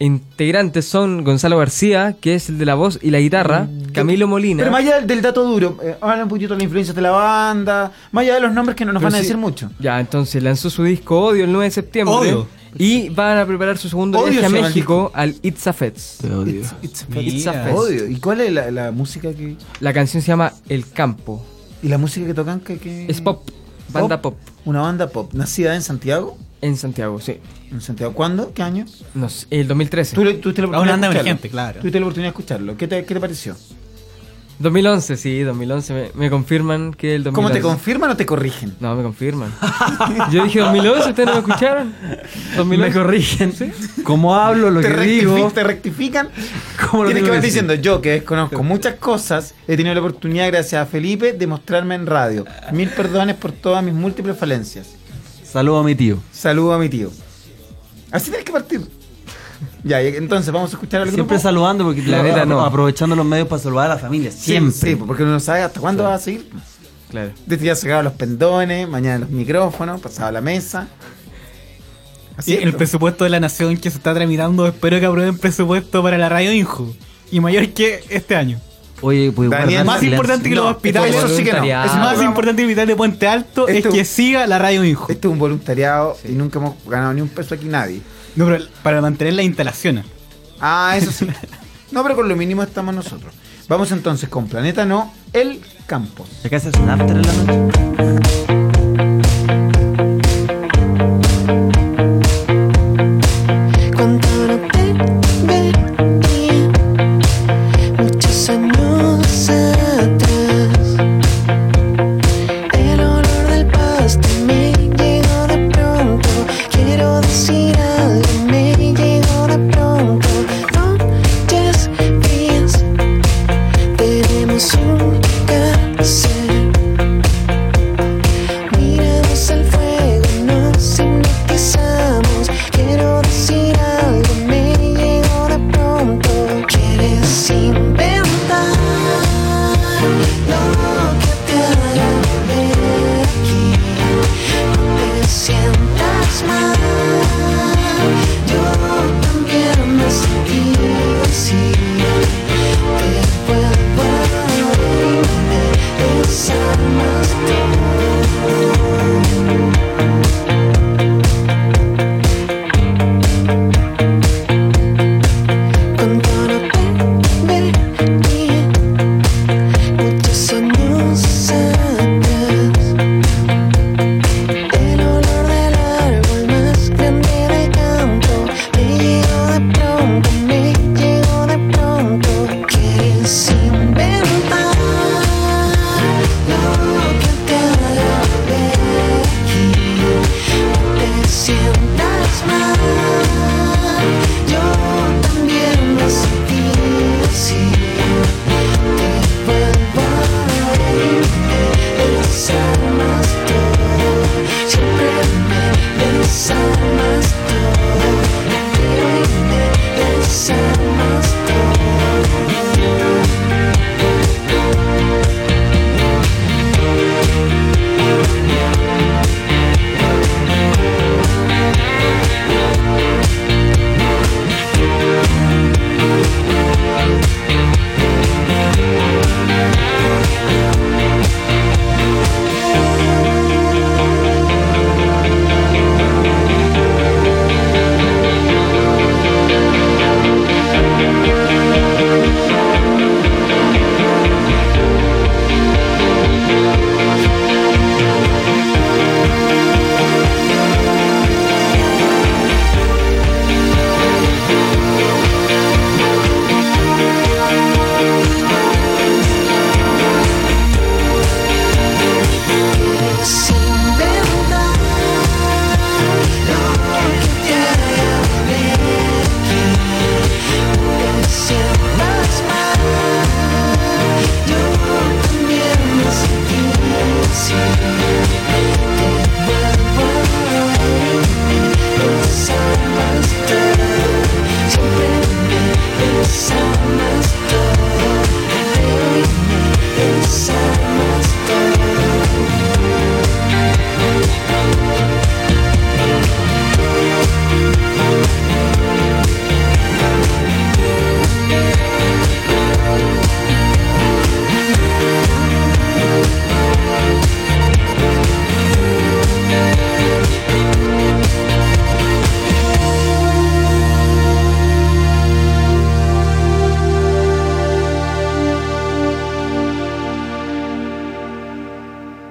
S4: Integrantes son Gonzalo García, que es el de la voz y la guitarra, Camilo Molina.
S2: Pero más allá del dato duro, eh, habla un poquito de las influencias de la banda, más allá de los nombres que no nos
S4: Pero
S2: van a
S4: sí.
S2: decir mucho.
S4: Ya, entonces lanzó su disco Odio el 9 de septiembre.
S1: Odio.
S4: Y van a preparar su segundo
S2: Odio
S4: viaje a
S2: se llama el
S4: México al It's a Fest.
S3: Te odio.
S2: It's- it's-
S4: It's a
S1: Mira.
S4: Fest.
S2: Odio. ¿Y cuál es la, la música que.?
S4: La canción se llama El Campo.
S2: ¿Y la música que tocan? Que, que-
S4: Es pop, banda pop,
S2: Una banda Mm. pop. ¿Nacida en Santiago?
S4: en Santiago, sí.
S2: ¿En Santiago cuándo? ¿Qué año?
S4: No sé, el 2013.
S2: Tú, le- tuviste la
S1: una
S2: oportunidad de
S1: banda
S2: escucharlo.
S1: emergente, claro.
S2: Tuviste la oportunidad de escucharlo. ¿Qué te, qué te pareció?
S4: 2011, sí, 2011. Me, me confirman que el 2011.
S2: ¿Cómo te confirman o te corrigen?
S4: No, me confirman. Yo dije 2011, ustedes no me escucharon. 2011.
S3: Me corrigen. Como hablo, lo
S2: te,
S3: que
S2: rectifi-
S3: digo.
S2: te rectifican.
S3: ¿Cómo
S2: Tienes
S3: lo tengo
S2: que
S3: que
S2: ver
S3: decir?
S2: diciendo, yo que desconozco muchas cosas, he tenido la oportunidad, gracias a Felipe, de mostrarme en radio. Mil perdones por todas mis múltiples falencias.
S3: Saludo a mi tío.
S2: Saludo a mi tío. Así tienes que partir. Ya, y entonces vamos a escuchar al
S3: Siempre
S2: grupo.
S3: saludando porque
S4: La neta, no.
S3: aprovechando los medios para saludar a la familia.
S2: Sí,
S3: Siempre.
S2: sí, porque uno no sabe hasta cuándo va a seguir.
S4: Claro.
S2: Desde ya sacaba los pendones, mañana los micrófonos, pasaba la mesa.
S1: Y
S2: Así es.
S1: el presupuesto de la nación que se está tramitando, espero que aprueben presupuesto para la radio Inju. Y mayor que este año.
S3: Oye, pues
S2: Daniel,
S3: guardar
S1: Más
S3: silencio.
S1: importante que los
S2: No,
S1: hospitales.
S2: esto es
S1: Eso sí que no.
S4: voluntariado.
S1: Es más
S2: Vamos.
S1: importante que el vital de Puente Alto
S2: Esto-
S1: es que siga la radio Inju.
S2: Esto Este es un voluntariado y nunca hemos ganado ni un peso aquí nadie.
S1: No, pero para mantener las instalaciones.
S2: Ah, eso sí. No, pero con lo mínimo estamos nosotros. Vamos entonces con Planeta No, el campo.
S3: ¿Ya que haces un after en la noche?
S5: Cuando no te veía muchos años atrás, el olor del pasto me llegó de pronto. Quiero decir algo, me llegó de pronto. Noches frías, tenemos un cáncer.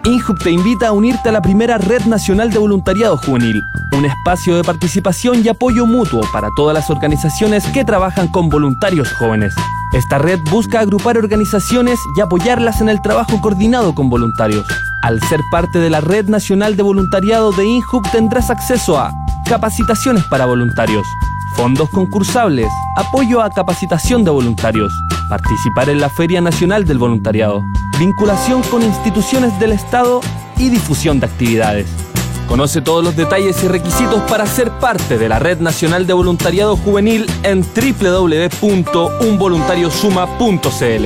S6: IHUB te invita a unirte a la primera Red Nacional de Voluntariado Juvenil, un espacio de participación y apoyo mutuo para todas las organizaciones que trabajan con voluntarios jóvenes. Esta red busca agrupar organizaciones y apoyarlas en el trabajo coordinado con voluntarios. Al ser parte de la Red Nacional de Voluntariado de INHUB tendrás acceso a capacitaciones para voluntarios, fondos concursables, apoyo a capacitación de voluntarios, participar en la Feria Nacional del Voluntariado, vinculación con instituciones del Estado y difusión de actividades. Conoce todos los detalles y requisitos para ser parte de la Red Nacional de Voluntariado Juvenil en www.unvoluntariosuma.cl.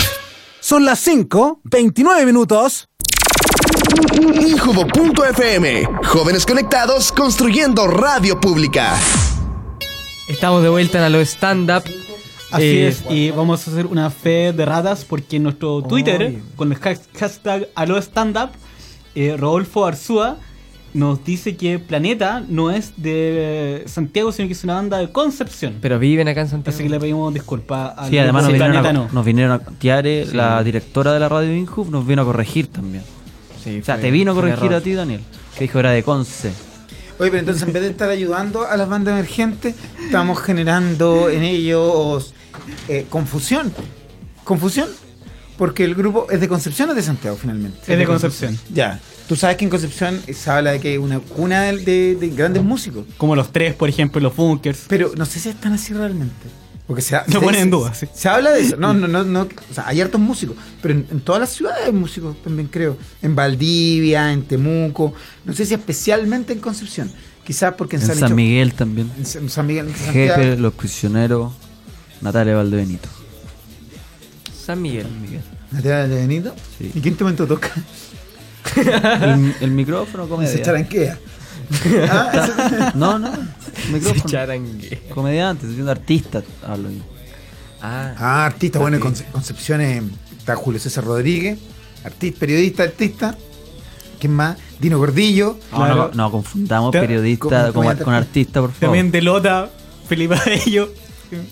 S7: Son las 5, 29 minutos.
S8: Incubo.fm. Jóvenes conectados construyendo radio pública.
S4: Estamos de vuelta a lo stand-up.
S1: Así
S4: Eh,
S1: es, y vamos a hacer una fe de ratas porque en nuestro Twitter, con el has- hashtag AloStandUp, eh, Rodolfo Arzúa nos dice que Planeta no es de Santiago, sino que es una banda de Concepción.
S4: Pero viven acá en
S1: Así que
S4: Santiago.
S1: le pedimos disculpas al
S3: Sí, además nos
S1: grupo
S3: vinieron, a,
S1: Planeta no.
S3: nos vinieron a- Tiare, la directora de la radio Inhub, nos vino a corregir también.
S4: Sí,
S3: O sea,
S4: fue-
S3: te vino a
S4: fue un
S3: corregir
S4: error.
S3: a ti, Daniel. Que dijo, era de Conce.
S2: Oye, pero entonces en vez de estar ayudando a las bandas emergentes, estamos generando en ellos eh, confusión. Confusión, porque el grupo es de Concepción o de Santiago finalmente.
S1: Es de Concepción.
S2: Ya, tú sabes que en Concepción se habla de que hay una cuna de, de- de grandes músicos,
S1: Como los tres, por ejemplo, los bunkers.
S2: pero no sé si están así realmente. Porque se, ha-
S1: Lo
S2: se-
S1: ponen en
S2: se-
S1: duda, sí.
S2: Se habla de eso. No, no, no, no. O sea, hay hartos músicos, pero en, en todas las ciudades hay músicos también, creo. En Valdivia, en Temuco. No sé si especialmente en Concepción. Quizás porque en,
S3: En
S2: San,
S3: San
S2: Icho-
S3: Miguel también.
S2: en San- San Miguel, en Santiago.
S3: Jefe, los prisioneros, Natalia Valdebenito.
S4: San Miguel.
S2: Natalia de Benito.
S3: Sí.
S2: ¿Y qué instrumento toca?
S3: El, el micrófono,
S2: Se
S3: comediante.
S2: charanquea. Ah,
S3: No, no, micrófono.
S4: Charangue.
S3: Comediante, soy un artista, hablo yo.
S4: Ah.
S2: ah, artista, bueno, en Conce- Concepción eh, está Julio César Rodríguez, artista, periodista, artista. ¿Quién más? Dino Gordillo.
S4: Ah,
S3: No, no, no confundamos
S1: Te-
S3: periodista con,
S2: comediante.
S3: con artista, por favor.
S1: También de Lota, Felipe Abello.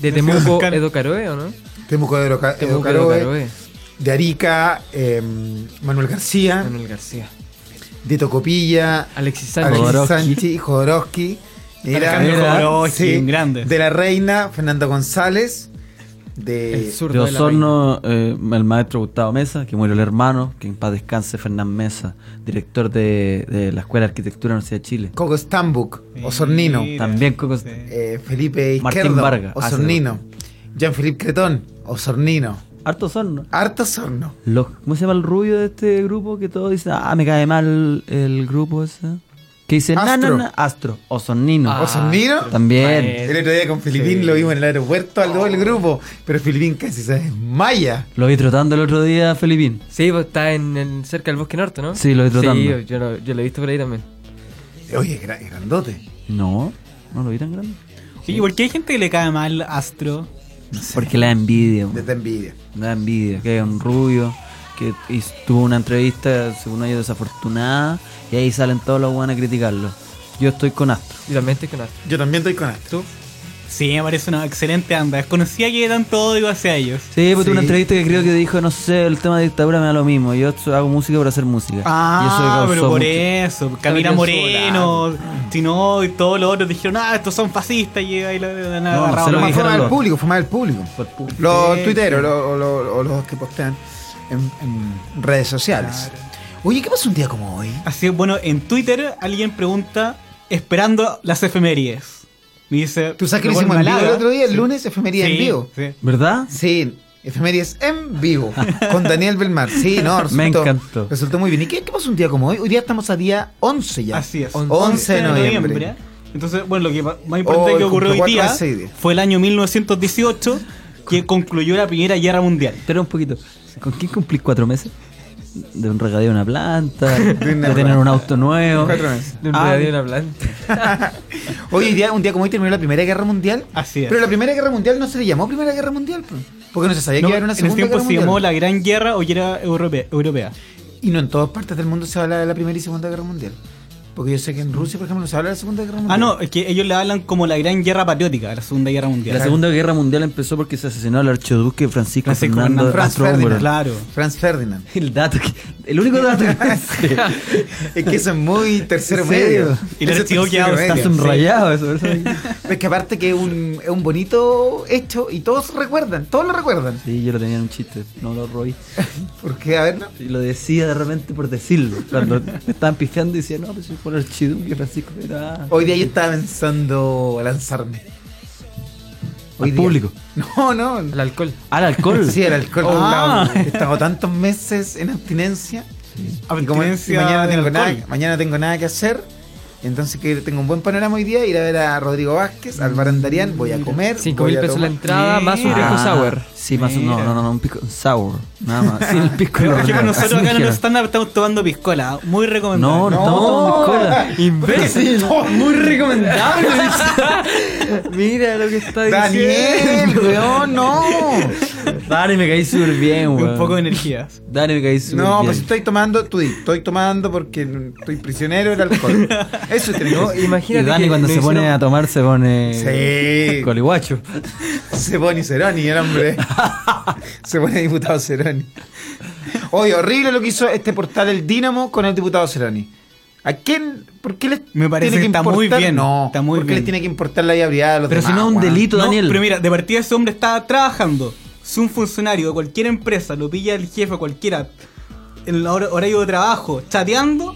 S4: De Temuco, Edo Caroe, ¿o no?
S2: Temuco de Oroca-
S4: Temuco,
S2: Edo
S4: Edo
S2: Caroe,
S4: Caroe.
S2: de Arica, eh, Manuel García,
S4: Manuel García.
S2: de Tocopilla,
S4: Alexis Sánchez.
S2: Alexis
S3: Jodorowsky.
S2: Sánchez, Jodorowsky, era,
S1: Alejandro Jodorowsky,
S2: sí,
S1: un grande.
S2: de la Reina, Fernando González, de
S4: El sur
S3: De Osorno, eh, el maestro Gustavo Mesa, que murió el hermano, que en paz descanse Fernán Mesa, director de, de la Escuela de Arquitectura de la Universidad de Chile.
S2: Coco Stambuk, Osornino,
S1: Mira,
S3: También con-
S2: eh, Felipe
S3: Martín
S2: Izquierdo,
S3: Vargas, hace
S2: Osornino, Jean-Philippe Cretón, Osornino,
S3: Harto Osorno.
S2: harto Osorno.
S3: Los, ¿Cómo se llama el rubio de este grupo que todos dicen, ah, me cae mal el grupo ese? Que dicen, no,
S2: Astro.
S3: no, no, Astro, Osornino.
S4: Ah,
S2: ¿Osornino?
S3: También.
S2: El otro día con Filipín lo vimos en el aeropuerto al lado del grupo, pero Filipín casi se desmaya.
S3: Lo vi trotando el otro día, Felipín.
S4: Sí, vos está en, en- cerca del Bosque Norte, ¿no?
S3: Sí, lo vi trotando.
S4: Sí, yo, yo lo, yo lo he visto por ahí también.
S2: Oye, gra- grandote.
S3: No, no lo vi tan grande.
S1: Sí, ¿por qué hay gente que le cae mal Astro?
S3: Porque la envidia.
S2: De esta envidia.
S3: Da envidia, que hay un rubio que hizo- tuvo una entrevista, según ellos, desafortunada, y ahí salen todos los buenos a criticarlo. Yo estoy con Astro.
S4: Y también estoy con Astro.
S2: Yo también estoy con esto.
S1: Sí, me parece una excelente anda. Desconocía que tanto odio hacia ellos.
S3: Sí, porque
S2: Sí.
S3: una entrevista que creo que dijo, no sé, el tema de dictadura me da lo mismo, yo so- hago música por hacer música.
S1: Ah,
S3: y eso
S1: pero
S3: causó
S1: por
S3: mucho-
S1: eso. Camila
S4: Camila
S1: Moreno, Tino y todos los otros dijeron, ah, estos son fascistas y ahí lo- lo han
S3: No,
S1: agarrado
S3: se lo
S1: la-
S2: Fue
S3: dijeron
S2: más al
S3: los-
S2: público, fue más al público.
S3: por pu-
S2: Los
S1: Sí,
S2: tuiteros
S1: sí.
S2: lo- o lo- o los que postean en, en redes sociales. Oye, ¿qué pasó un día como hoy?
S1: Así que bueno, en Twitter alguien pregunta, esperando las efemérides. Me dice,
S2: ¿Tú sabes que lo
S1: Leopoldo
S2: hicimos en vivo el
S1: Malaga.
S2: otro día? El lunes, efemería
S1: Sí,
S2: en vivo.
S1: sí.
S3: ¿Verdad?
S2: Sí, efemerías en vivo. con Daniel Belmar. Sí, no, resultó,
S3: Me encantó.
S2: Resultó muy bien. ¿Y qué, qué pasó un día como hoy? Hoy día estamos a día 11 ya.
S1: Así es.
S2: 11, de noviembre.
S1: Entonces, bueno, lo que pa- más importante
S2: Oh,
S1: que ocurrió hoy
S2: cuatro
S1: día
S2: veces hoy día.
S1: fue el año 1918 que concluyó la Primera Guerra Mundial.
S3: Espera un poquito. ¿Con quién cumplís cuatro meses? de un regadío de una planta, de,
S2: una
S3: tener
S2: planta.
S3: un auto nuevo.
S2: Cuatro meses.
S4: De un
S2: Ah,
S4: radio en la planta.
S2: Hoy en día, un día como hoy terminó la Primera Guerra Mundial.
S1: Así es.
S2: Pero la Primera Guerra Mundial no se le llamó Primera Guerra Mundial, po, porque no se sabía
S1: No,
S2: que iba a haber una
S1: en ese
S2: Segunda
S1: tiempo
S2: Guerra
S1: se
S2: Mundial.
S1: llamó la Gran Guerra o Guerra Europea. europea.
S2: Y no en todas partes del mundo se habla de la Primera y Segunda Guerra Mundial. Porque yo sé que en Rusia, por ejemplo, no se habla de la Segunda Guerra
S1: Ah,
S2: Mundial.
S1: no, es que ellos le hablan como la Gran Guerra Patriótica, la Segunda Guerra Mundial.
S3: La Segunda Guerra Mundial empezó porque se asesinó al archiduque Francisco,
S1: Francisco Fernando
S3: Fernando
S2: Franz
S3: Astrohúngaro.
S2: Ferdinand.
S1: Claro.
S2: Franz Ferdinand.
S3: El dato que- el único dato que sé.
S2: es que eso es muy tercero
S3: Sí.
S2: medio.
S1: Y le
S2: Eso es
S1: archivó que
S2: tercero
S1: ahora
S2: medio.
S1: está
S3: está subrayado eso. ¿verdad?
S2: Es que aparte que es un, es un bonito hecho y todos recuerdan, todos lo recuerdan.
S3: Sí, yo lo tenía en un chiste, no lo robé.
S2: Porque, a ver, ¿no?
S3: Y lo decía de repente por decirlo. Cuando me estaban pifiando decía, no, pues si fue el archiduque Francisco era...
S2: hoy día yo estaba pensando lanzarme.
S3: Al
S2: día.
S3: público.
S2: No, no.
S4: El alcohol.
S3: Ah, Al alcohol.
S2: Sí, el alcohol.
S3: Ah.
S2: He estado tantos meses en abstinencia. Y como- Ah, y
S1: Abstinencia
S2: mañana,
S1: de
S2: tengo
S1: alcohol.
S2: nada, mañana tengo nada que hacer. Entonces que tengo un buen panorama hoy día. Ir a ver a Rodrigo Vázquez, al Barandarián. Voy a comer.
S4: 5
S2: voy
S4: mil
S2: a
S4: pesos la
S2: tomar.
S4: entrada, más un
S3: Ah,
S4: rico sour.
S3: Sí, más un, no,
S1: Mira.
S3: no, no, no, un pico sour. Nada más. Sin el pico.
S1: Por ejemplo,
S3: ordenado.
S1: nosotros
S3: Así me
S1: acá en el
S3: dijeron.
S1: stand-up estamos tomando piscola, muy recomendable.
S3: No, no estamos tomando cola.
S4: Imbécil. Muy recomendable.
S3: Mira lo que está
S2: Daniel, weón, no.
S3: Dani, me caí súper bien,
S1: Y
S3: weón.
S1: un poco de energías.
S3: Dani, me caí súper
S2: No,
S3: bien.
S2: pues estoy tomando, tú di, estoy tomando porque estoy prisionero del alcohol. Eso te digo.
S3: Y
S4: Imagínate
S3: Dani
S4: que
S3: cuando
S4: nos
S3: se pone
S4: hicieron-
S3: a tomar se pone...
S2: Sí.
S3: Colihuacho.
S2: Se pone Ceroni, el hombre. Se pone diputado Ceroni. Oye, horrible lo que hizo este portal El Dínamo con el diputado Ceroni. ¿A quién? ¿Por qué les
S1: Me parece
S2: tiene que
S1: que está muy
S2: importar?
S1: bien,
S2: No,
S1: está muy
S2: ¿por qué
S1: bien.
S2: les tiene que importar la vida privada de los
S3: Pero si
S2: demás,
S3: no es un
S2: weón?
S3: delito,
S1: No,
S3: Daniel.
S1: pero mira, de partida ese hombre está trabajando. Si un funcionario de cualquier empresa lo pilla el jefe, cualquiera, en el hor- horario de trabajo, chateando,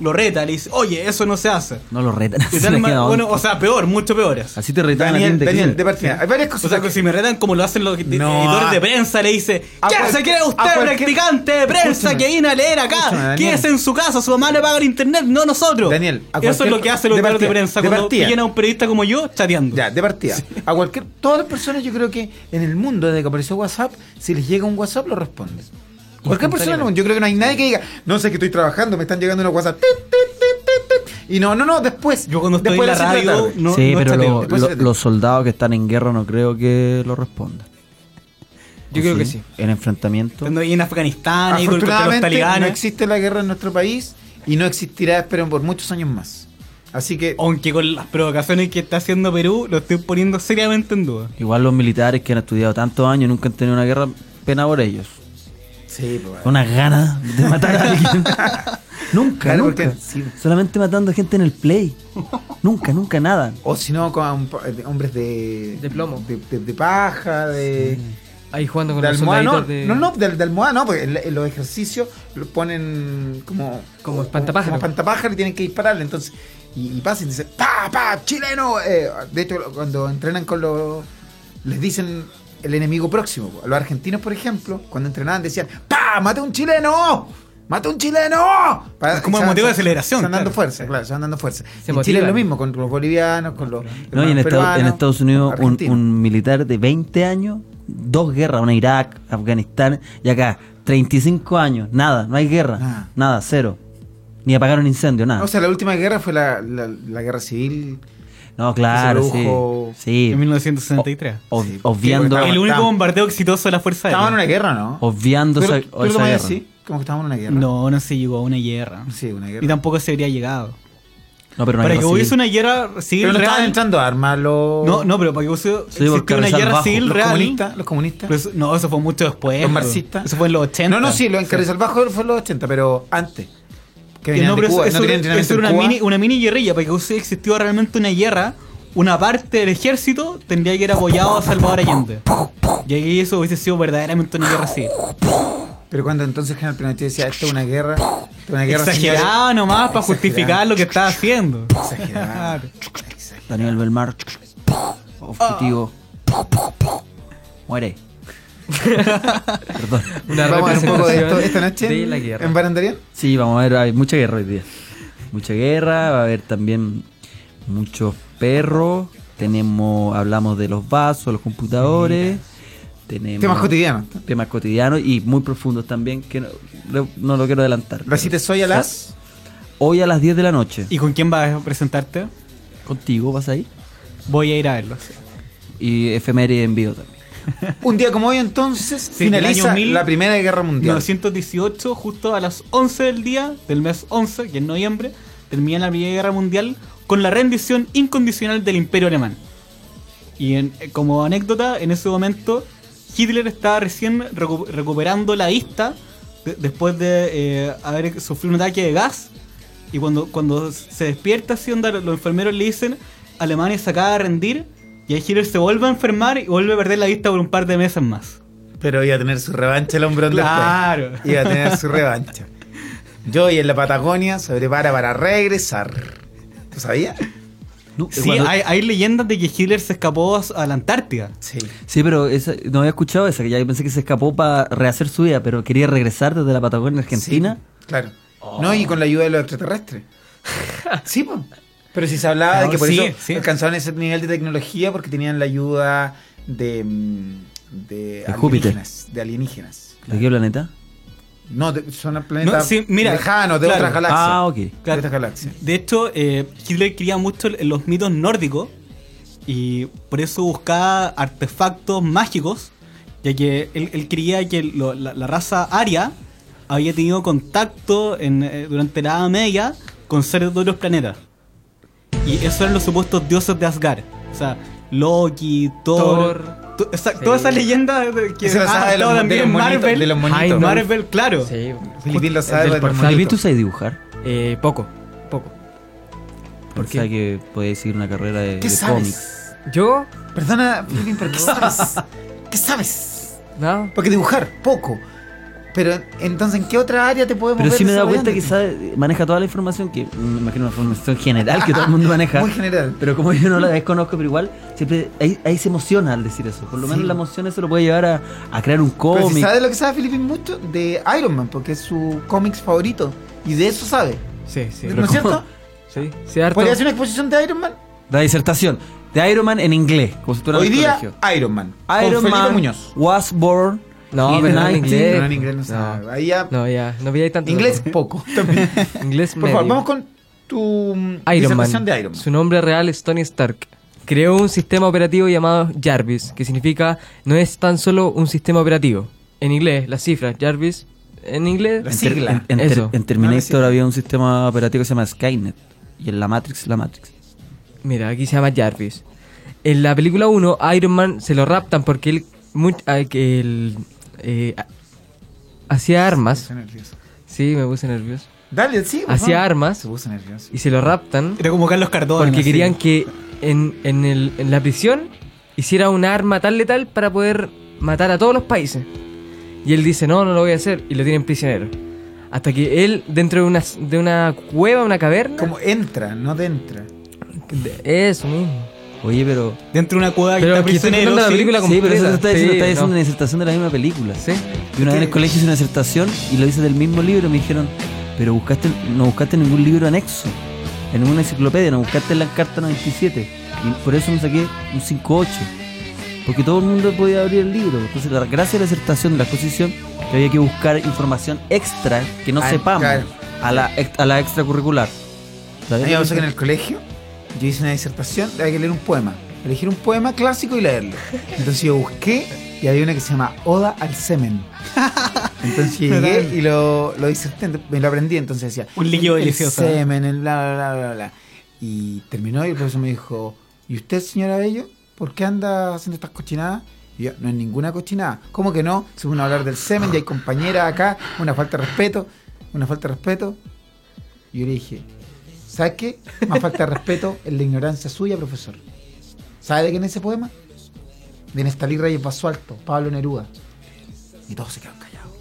S1: lo reta, le dice, oye, eso no se hace.
S3: No lo retan.
S1: De
S3: así
S1: tal
S3: le
S1: ma-
S3: queda
S1: bueno,
S3: onda.
S1: o sea, peor, mucho peores.
S3: Así te retan
S2: Daniel,
S3: a ti
S2: Daniel, de partida. Hay varias
S1: O
S2: cosas.
S1: sea, que si me retan como lo hacen los edi-
S2: No,
S1: editores
S2: a-
S1: de prensa, le dice
S2: a
S1: ¿Qué se
S2: cualquier-
S1: cree usted,
S2: a cualquier-
S1: practicante de prensa,
S2: Escúchame.
S1: que viene a leer
S2: Escúchame,
S1: acá?
S2: Daniel.
S1: ¿Qué es en su casa? Su mamá le paga el internet, no nosotros.
S2: Daniel, a
S1: Eso
S2: cualquier-
S1: es lo que hace los
S2: de
S1: editores de
S2: partida,
S1: prensa
S2: de
S1: cuando
S2: partida.
S1: pillan a un periodista como yo chateando.
S2: Ya, de partida. A cualquier. Todas las personas, yo creo que en el mundo, desde que apareció WhatsApp, si les llega un WhatsApp, lo responden. Cualquier persona, no, yo creo que no hay nadie que diga, no sé que estoy trabajando, me están llegando unos WhatsApp. tit, tit, tit, tit, tit". Y no, no, no, después.
S1: Yo cuando estoy
S2: después
S1: en la
S2: de las seis de
S1: radio,
S2: tarde.
S1: no,
S3: sí,
S1: no
S3: pero
S1: chateo.
S3: lo-
S2: después
S3: lo-
S2: se-
S3: los soldados que están en guerra no creo que lo respondan.
S4: Yo
S3: ¿O
S4: creo que sí.
S3: En enfrentamiento.
S1: Estando ahí en Afganistán, ahí contra los
S2: Afortunadamente, no
S1: talibanes.
S2: existe la guerra en nuestro país y no existirá, espero, por muchos años más. Así que.
S1: aunque con las provocaciones que está haciendo Perú, lo estoy poniendo seriamente en duda.
S3: Igual los militares que han estudiado tantos años nunca han tenido una guerra, pena por ellos.
S2: Sí, pues,
S3: Una gana de matar a alguien. nunca,
S2: Claro,
S3: nunca.
S2: porque- sí.
S3: Solamente matando gente en el play. nunca, nunca nada.
S2: O si no, con eh, hombres de.
S4: De plomo.
S2: De, de- de paja, de.
S4: Ahí jugando con
S2: De
S4: los
S2: almohada, no,
S4: soldaditos
S2: no,
S4: de...
S2: no, del, del almohada no, porque en la- en los ejercicios lo ponen como...
S4: Como espantapájaro.
S2: Como espantapájaro y tienen que dispararle, entonces... Y, y pasan y dicen, ¡pa, pa, chileno! Eh, de hecho, cuando entrenan con los... Les dicen el enemigo próximo. A los argentinos, por ejemplo, cuando entrenaban decían, ¡pa, mate a un chileno! ¡Mate a un chileno! Para-
S1: Es como el
S2: se-
S1: motivo de
S2: se-
S1: aceleración,
S2: Se van dando
S1: claro.
S2: fuerza, claro, se van dando fuerza.
S4: Se
S2: en Chile es lo
S4: motivan.
S2: mismo, con los bolivianos, con los...
S3: No, y
S2: hermanos
S3: en, Estados- en
S2: peruanos,
S3: Estados Unidos un,
S2: argentinos.
S3: un militar de 20 años, dos guerras, una en Irak, Afganistán, y acá 35 años, nada, no hay guerra,
S2: Nada.
S3: nada, cero. Ni apagar un incendio,
S1: Ah.
S3: nada.
S2: O sea, la última guerra fue la- la- la guerra civil
S3: no, claro,
S2: se
S3: sí.
S2: produjo
S3: sí.
S1: En 1963.
S3: O-
S2: Sí,
S3: obviando
S2: porque
S1: el único
S2: Oh. estamos-
S1: bombardeo exitoso de la Fuerza
S2: Estábamos en
S1: Aérea.
S2: una guerra, ¿no?
S3: obviando
S2: ¿Tú,
S3: esa,
S2: tú
S3: esa
S2: lo tomás
S3: guerra.
S2: así? Como que estábamos en una guerra.
S1: No, no se llegó a una guerra.
S2: Sí, una guerra.
S1: Y tampoco se habría llegado.
S3: No, pero no hay
S1: para que
S3: guerra
S1: hubiese
S3: civil.
S1: una guerra civil
S2: Pero no estaban
S1: real.
S2: entrando armas los...
S1: No, no, pero para que hubiese
S3: porque
S1: existiera una
S3: Rizal
S1: guerra
S3: Bajo,
S1: civil
S2: los
S1: real.
S2: comunistas. Los comunistas.
S1: Pero eso- no, eso fue mucho después.
S2: los
S1: bro.
S2: marxistas.
S1: Eso fue en los 80.
S2: No, no, sí, los en Carrizal Bajo fue en los 80, pero antes. Que
S1: Que
S2: venían
S1: no,
S2: de
S1: pero eso-
S2: Cuba,
S1: eso
S2: no tenían
S1: era-
S2: entrenamiento
S1: eso era
S2: en
S1: una
S2: Cuba.
S1: mini, una mini guerrilla. Para que hubiese existido realmente una guerra, una parte del ejército tendría que ir apoyado a Salvador Allende. Y ahí eso hubiese sido verdaderamente una guerra civil.
S2: Pero cuando entonces General Pinochet decía, esto es una guerra, esto es una guerra sin guerra".
S1: Exagerado nomás para justificar lo que estaba haciendo.
S2: Exagerado. Exagerado.
S3: Daniel Belmar. Objetivo.
S1: Ah.
S3: Muere. Perdón.
S4: Una
S2: Vamos a ver un poco de esto esta
S4: representación
S2: noche
S4: de
S2: en-
S4: la guerra.
S2: en Barandarián.
S3: Sí, vamos a ver, hay mucha guerra hoy día. Mucha guerra, va a haber también muchos perros. Tenemos, hablamos de los vasos, los computadores. Tenemos
S2: Temas cotidianos.
S3: Temas cotidianos y muy profundos también, que no, lo- no lo quiero adelantar.
S2: La cita es hoy a las.
S3: Hoy a las 10 de la noche.
S1: ¿Y con quién vas a presentarte?
S3: Contigo vas ahí.
S1: Voy a ir a verlos.
S3: Y efeméride en vivo también.
S2: Un día como hoy, entonces,
S1: Sí, del
S2: finaliza
S1: año mil-
S2: la Primera Guerra Mundial.
S1: 1918, justo a las 11 del día, del mes 11, que es noviembre, termina la Primera Guerra Mundial con la rendición incondicional del Imperio Alemán. Y en- eh, como anécdota, en ese momento Hitler estaba recién recu- recuperando la vista de- después de eh, haber sufrido un ataque de gas. Y cuando, cuando se despierta, así onda, los enfermeros le dicen, Alemania se acaba de rendir. Y ahí Hitler se vuelve a enfermar y vuelve a perder la vista por un par de meses más.
S2: Pero iba a tener su revancha el hombrón
S1: Claro.
S2: después. Iba a tener su revancha. Yo y en la Patagonia se prepara para regresar. ¿Tú sabías?
S3: No,
S1: Sí,
S3: cuando-
S1: hay, hay leyendas de que Hitler se escapó a- a la Antártida.
S2: Sí.
S3: Sí, pero esa- no había escuchado esa, que ya pensé que se escapó para rehacer su vida, pero quería regresar desde la Patagonia Argentina.
S2: claro.
S1: Oh.
S2: No, y con la ayuda de los extraterrestres. sí, po. Pero si se hablaba de
S1: Claro,
S2: que por
S1: sí,
S2: eso
S1: sí.
S2: alcanzaron ese nivel de tecnología porque tenían la ayuda de. mm, De,
S3: Júpiter.
S2: alienígenas, de alienígenas.
S3: ¿De qué planeta?
S2: No, de- son planetas
S1: No, sí, mira,
S2: lejanos de
S1: claro.
S2: otras galaxias.
S3: Ah, ok.
S2: De otras galaxias.
S1: De hecho, eh, Hitler quería mucho el- los mitos nórdicos y por eso buscaba artefactos mágicos, ya que él, él creía que lo- la, la raza aria había tenido contacto en, eh, durante la Edad Media con seres de otros planetas. Y esos eran los supuestos dioses de Asgard. O sea, Loki, Thor.
S4: Thor.
S1: to- esa-
S4: Sí.
S1: Todas esas leyendas de- que
S2: Ese lo
S1: han
S2: sabe de los-
S1: estado
S2: de
S1: Ah, también
S2: los
S1: en
S2: monitos,
S1: Marvel.
S2: de los monitos.
S1: Ay, Marvel, claro.
S4: Sí.
S2: Filipín lo
S4: Justo-
S2: sabe,
S4: el del
S2: pero
S4: portal.
S3: Filipín, ¿tú sabes dibujar?
S4: Eh, poco, poco. ¿Por
S3: Pensaba que podías seguir una carrera de,
S2: ¿Qué
S3: de cómics.
S2: sabes?
S4: Yo,
S2: Perdona, Filipín, pero ¿qué sabes? ¿Qué sabes?
S4: no.
S2: Porque dibujar, poco. Pero entonces, ¿en qué otra área te podemos
S3: Pero
S2: ver
S3: sí me he dado cuenta que
S2: desarrollándote?
S3: sabe, maneja toda la información, que me imagino una información general que todo el mundo maneja.
S2: Muy general.
S3: Pero como yo no la desconozco, pero igual, siempre ahí, ahí se emociona al decir eso. Por lo
S2: Sí.
S3: menos la emoción eso lo puede llevar a, a crear un
S2: Pero si
S3: cómic.
S2: sabe lo que sabe Filipín mucho de Iron Man, porque es su cómics favorito. Y de eso sabe.
S4: Sí, sí.
S2: ¿No es cierto?
S4: Sí, sí, harto.
S2: ¿Podría hacer una exposición de Iron Man?
S3: La disertación de Iron Man en inglés, como si estuviera
S2: Hoy
S3: en el
S2: día,
S3: colegio.
S2: Iron Man.
S3: Iron
S2: con Felipe
S3: Man
S2: Muñoz.
S3: was born
S4: No,
S3: in
S4: pero no en
S3: 19
S4: inglés.
S2: No, en inglés no sabe. Ahí ya-
S4: No, ya, no veía tanto.
S2: Inglés, poco. También.
S4: Inglés
S2: Por favor,
S4: medio.
S2: vamos con tu mm,
S4: Iron Man.
S2: disertación de Iron Man.
S4: Su nombre real es Tony Stark. Creó un sistema operativo llamado Jarvis, que significa no es tan solo un sistema operativo. En inglés, las cifras, Jarvis, en inglés,
S2: La
S3: En,
S2: sigla.
S3: ter- en- en ter-
S4: Eso.
S3: en
S2: Ah, la
S3: Terminator
S2: sigla.
S3: había un sistema operativo que se llama Skynet. Y en la Matrix, la Matrix.
S4: mira, aquí se llama Jarvis. En la película 1, Iron Man se lo raptan porque él, mu- ah, que él, eh, ah, hacía armas. Sí, me puse nervioso.
S2: Dale, sí. por
S4: Hacía
S2: favor.
S4: armas.
S2: Se puso nervioso.
S4: Y se lo raptan.
S1: Era como Carlos Cardona.
S4: Porque
S1: así.
S4: querían que en, en el- en la prisión hiciera una arma tan letal para poder matar a todos los países. Y él dice, no, no lo voy a hacer. Y lo tienen prisionero. Hasta que él, dentro de una, de una cueva, una caverna...
S2: Como entra, no te entra.
S4: de- Eso mismo.
S3: Oye, pero.
S1: Dentro de una cueva que
S4: Pero
S1: está
S4: aquí estoy
S1: prisionero.
S4: contando la
S1: sí.
S4: película
S3: Sí, pero eso te está
S4: completa.
S3: diciendo,
S4: Sí,
S3: está diciendo
S4: no.
S3: una disertación de la misma película.
S4: Sí.
S3: Y una vez en el colegio hice una disertación y lo hice del mismo libro. y Me dijeron, pero buscaste, no buscaste ningún libro anexo, en ninguna enciclopedia, no buscaste en la carta 97. Y por eso me saqué un 5.8. Porque todo el mundo podía abrir el libro. Entonces, la gracia de la disertación de la exposición, que había que buscar información extra que no
S2: Ah,
S3: sepamos
S2: claro.
S3: a, la, ex- a la extracurricular.
S2: A
S3: ¿Sabes?
S2: mí me pasó que en el colegio yo hice una disertación, había que leer un poema. Elegir un poema clásico y leerlo. Entonces yo busqué y había una que se llama Oda al semen. Entonces llegué y lo, lo diserté, me lo aprendí. Entonces decía:
S1: Un líquido
S2: el
S1: delicioso.
S2: Semen, el bla, bla, bla, bla, bla. Y terminó y el profesor me dijo: ¿Y usted, señora Bello, por qué anda haciendo estas cochinadas? Y yo, no es ninguna cochinada. ¿Cómo que no? Se pone a hablar del semen y hay compañeras acá, una falta de respeto, una falta de respeto. Y yo le dije, ¿Sabes qué? Más falta de respeto en la ignorancia suya, profesor. ¿Sabe de quién es ese poema? De Nestalí Reyes Basualto, Pablo Neruda. Y todos se quedaron callados.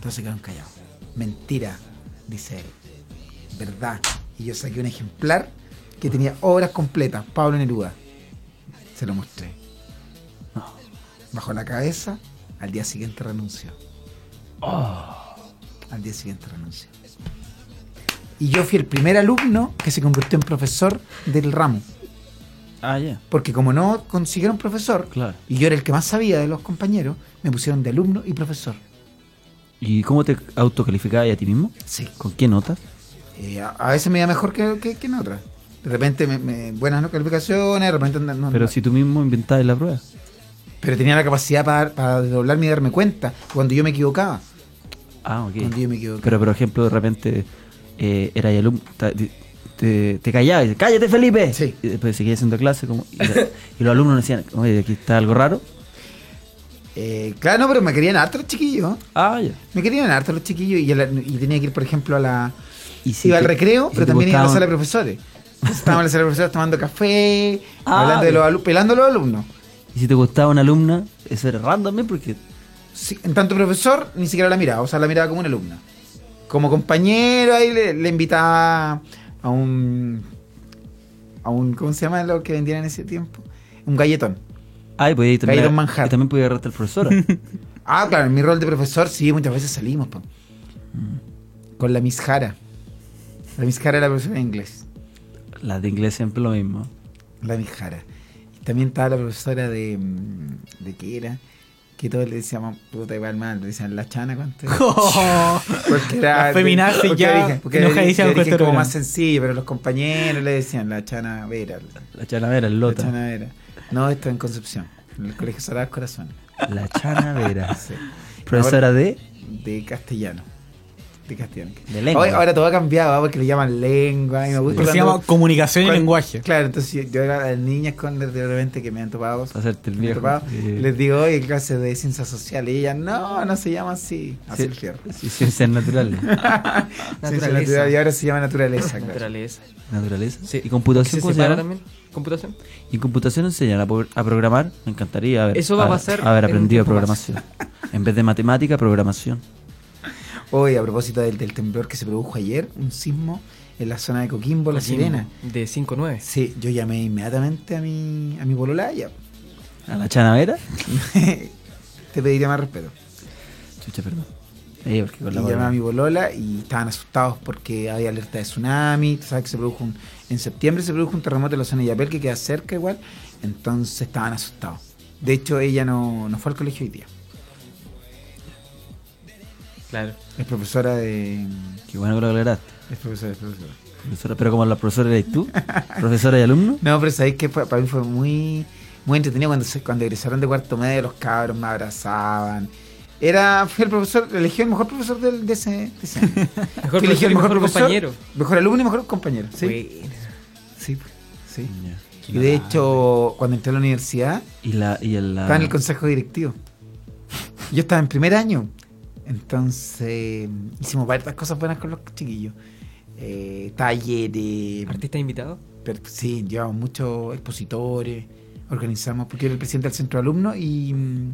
S2: Todos se quedaron callados. Mentira, dice él. Verdad. Y yo saqué un ejemplar que tenía obras completas, Pablo Neruda. Se lo mostré. Bajo la cabeza, al día siguiente renunció. Al día siguiente renunció. Y yo fui el primer alumno que se convirtió en profesor del ramo.
S3: Ah, ya.
S2: Porque como no consiguieron profesor,
S3: Claro.
S2: y yo era el que más sabía de los compañeros, me pusieron de alumno y profesor.
S3: ¿Y cómo te autocalificabas a ti mismo?
S2: Sí.
S3: ¿Con qué notas?
S2: Eh, a, a veces me iba mejor que, que- que en otras. De repente, me, me- buenas calificaciones, de repente... no- no-
S3: Pero
S2: no-
S3: si tú mismo inventabas la prueba.
S2: pero tenía la capacidad para, para doblarme y darme cuenta cuando yo me equivocaba.
S3: Ah, ok.
S2: Cuando yo me equivocaba.
S3: Pero, por ejemplo, de repente eh, era el alumno. ta- Te, te, te callabas y dices, ¡cállate, Felipe!
S2: Sí.
S3: Y después seguía haciendo clase. Como, y, la- y los alumnos decían, oye, aquí está algo raro.
S2: Eh, claro, no, pero me querían harto los chiquillos.
S3: Ah, ya.
S2: Me querían harto los chiquillos y, a la- y tenía que ir, por ejemplo, a la...
S3: Y si
S2: iba
S3: te-
S2: al recreo,
S3: y si
S2: pero
S3: te
S2: también iba a la
S3: gustaban-
S2: sala de profesores. Entonces, Estábamos en la sala de profesores tomando café,
S3: Ah,
S2: hablando de
S3: bien.
S2: los alu- pelando a los alumnos.
S3: Y si te gustaba una alumna, eso era random también porque.
S2: Sí, en tanto profesor, ni siquiera la miraba, o sea, la miraba como una alumna. Como compañero, ahí le, le invitaba a un, a un. ¿Cómo se llama lo que vendían en ese tiempo? Un galletón.
S3: Ay, podía ir también.
S2: Caído en
S3: a-
S2: manjar.
S3: y también podía agarrarte al profesor.
S2: Ah, claro, en mi rol de profesor, sí, muchas veces salimos, po. Mm. Con la Miss Jara. La Miss Jara era la profesora de inglés.
S3: Las de inglés siempre lo mismo.
S2: La Miss Jara. Y también estaba la profesora de. mm, ¿De qué era? Que todos le decíamos, puta, igual mal, le decían la chana, ¿cuánto? era?
S1: Oh.
S2: Porque era.
S1: La feminazi
S2: porque
S1: ya
S2: era origen- Porque era
S1: enojadísima
S2: origen
S1: con este
S2: como
S1: programa.
S2: más sencillo, pero los compañeros le decían la chana vera.
S3: La chanavera, el
S2: La
S3: lota.
S2: chana vera. No, esto en Concepción. En el Colegio Sagrados Corazones.
S3: La chanavera.
S2: Sí.
S3: Profesora de.
S2: De castellano. De castellano.
S3: De lengua.
S2: Ahora, ahora todo ha cambiado, ¿ah? porque le llaman lengua. Y me gusta
S1: Porque se llama
S2: cuando-
S1: comunicación y
S2: cuando-
S1: lenguaje.
S2: Claro, entonces yo, yo era de niñas con de repente que me han topado.
S3: Para hacerte el
S2: me han
S3: viejo.
S2: topado,
S3: Sí.
S2: Les digo, oye, clase de ciencias sociales. Y ellas, no, no se llama así. Así el fierro.
S3: Sí, Ciencias naturales.
S2: Ciencias naturales, Y ahora se llama naturaleza. claro.
S4: Naturaleza.
S3: Naturaleza.
S4: Sí.
S3: ¿Y
S4: ¿Se,
S3: computación cómo se
S4: separa
S3: llama?
S4: también? ¿Computación?
S3: ¿Y computación enseñan a, pro- a programar? Me encantaría haber,
S4: Eso va a
S3: haber-
S4: pasar
S3: haber
S4: en un
S3: aprendido
S4: tiempo más.
S3: programación. En vez de matemática, programación.
S2: Hoy, a propósito del, del temblor que se produjo ayer, un sismo en la zona de Coquimbo, La Sirena.
S4: De 5-9.
S2: Sí, yo llamé inmediatamente a mi, a mi bololaya.
S3: ¿A la chanavera?
S2: Te pediría más respeto.
S3: Chucha, perdón. Eh, porque con
S2: Y
S3: la
S2: llamé a mi
S3: palabra-
S2: bolola y estaban asustados porque había alerta de tsunami. Tú sabes que se produjo un- en septiembre se produjo un terremoto en la zona de Yapel que queda cerca igual. Entonces estaban asustados. De hecho, ella no, no fue al colegio hoy día.
S4: Claro.
S2: Es profesora de.
S3: Qué bueno que lo aclaraste.
S2: Es profesora, es profesora.
S3: Profesora, pero como la profesora eres tú, profesora y alumno,
S2: No, pero sabéis que fue- para mí fue muy, muy entretenido cuando, se- cuando egresaron de cuarto medio, los cabros me abrazaban. Era, fui el profesor, elegí el mejor profesor del, de ese, de ese año.
S4: Mejor
S2: Fui elegido
S4: profesor y mejor compañero.
S2: Mejor alumno y mejor compañero. Sí,
S4: Buena.
S2: sí, pues, sí.
S3: Ya.
S2: Y de hecho, cuando entré a la universidad,
S3: y la. Y el, la
S2: estaba en el consejo directivo. Yo estaba en primer año. Entonces, hicimos varias cosas buenas con los chiquillos. Eh, talleres,
S4: ¿Artista invitado?
S2: pero sí, llevamos muchos expositores, organizamos, porque era el presidente del centro de alumnos y mm,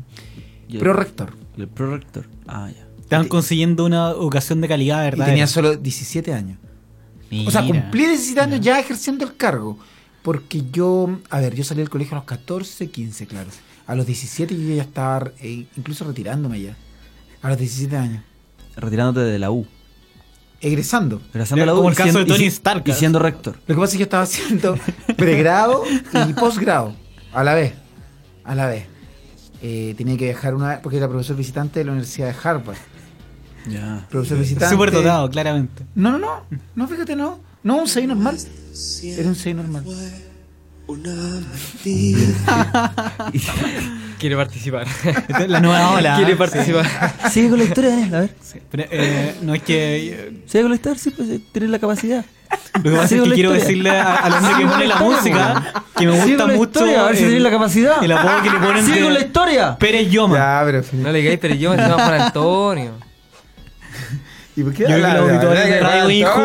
S3: y el-
S2: prorector.
S3: y el prorector. Ah, ya.
S1: Estaban consiguiendo una educación de calidad,
S2: Y
S1: ¿verdad?
S2: tenía solo 17 años. O sea, cumplí 17 años ya ejerciendo el cargo. Porque yo, a ver, yo salí del colegio a los 14, 15, claro. A los 17 yo ya estaba eh, incluso retirándome ya. A los 17 años.
S3: Retirándote de la U.
S2: Egresando.
S3: Egresando a la U.
S1: Como
S3: y
S1: el caso
S3: siendo-
S1: de Tony
S3: y si-
S1: Stark.
S3: Y siendo rector.
S2: Lo que pasa es que yo estaba haciendo pregrado y posgrado a la vez. A la vez. Eh, tenía que viajar una vez porque era profesor visitante de la Universidad de Harvard.
S3: Ya.
S2: Profesor visitante.
S1: Súper dotado, claramente.
S2: No, no, no. No, fíjate, no. No, un 6 normal. Era un 6 normal.
S4: Quiere participar.
S1: Esta es La nueva ola.
S4: Quiere
S1: ¿eh?
S4: participar.
S3: Sigue con la historia, Daniel, a ver.
S1: Sí. Pero, eh, no es que.
S3: Sigue con la historia, sí, pues eh, tienes la capacidad.
S1: Lo que pasa
S3: Sigue
S1: es
S3: con
S1: que
S3: la
S1: quiero
S3: historia.
S1: decirle a, a la gente que pone la música que me
S3: Sigue
S1: gusta
S3: con la
S1: mucho.
S3: historia, a ver si
S1: el-
S3: tenés la capacidad.
S1: El apodo que le ponen.
S3: Sigue
S1: de
S3: con la historia.
S1: Pérez Yoma.
S2: Ya, pero.
S4: No le digáis, pero yo me llamo Juan Antonio.
S2: ¿Y por qué
S1: Yo creo que
S2: habla-
S1: los auditores
S2: habla-
S1: de Radio Hijo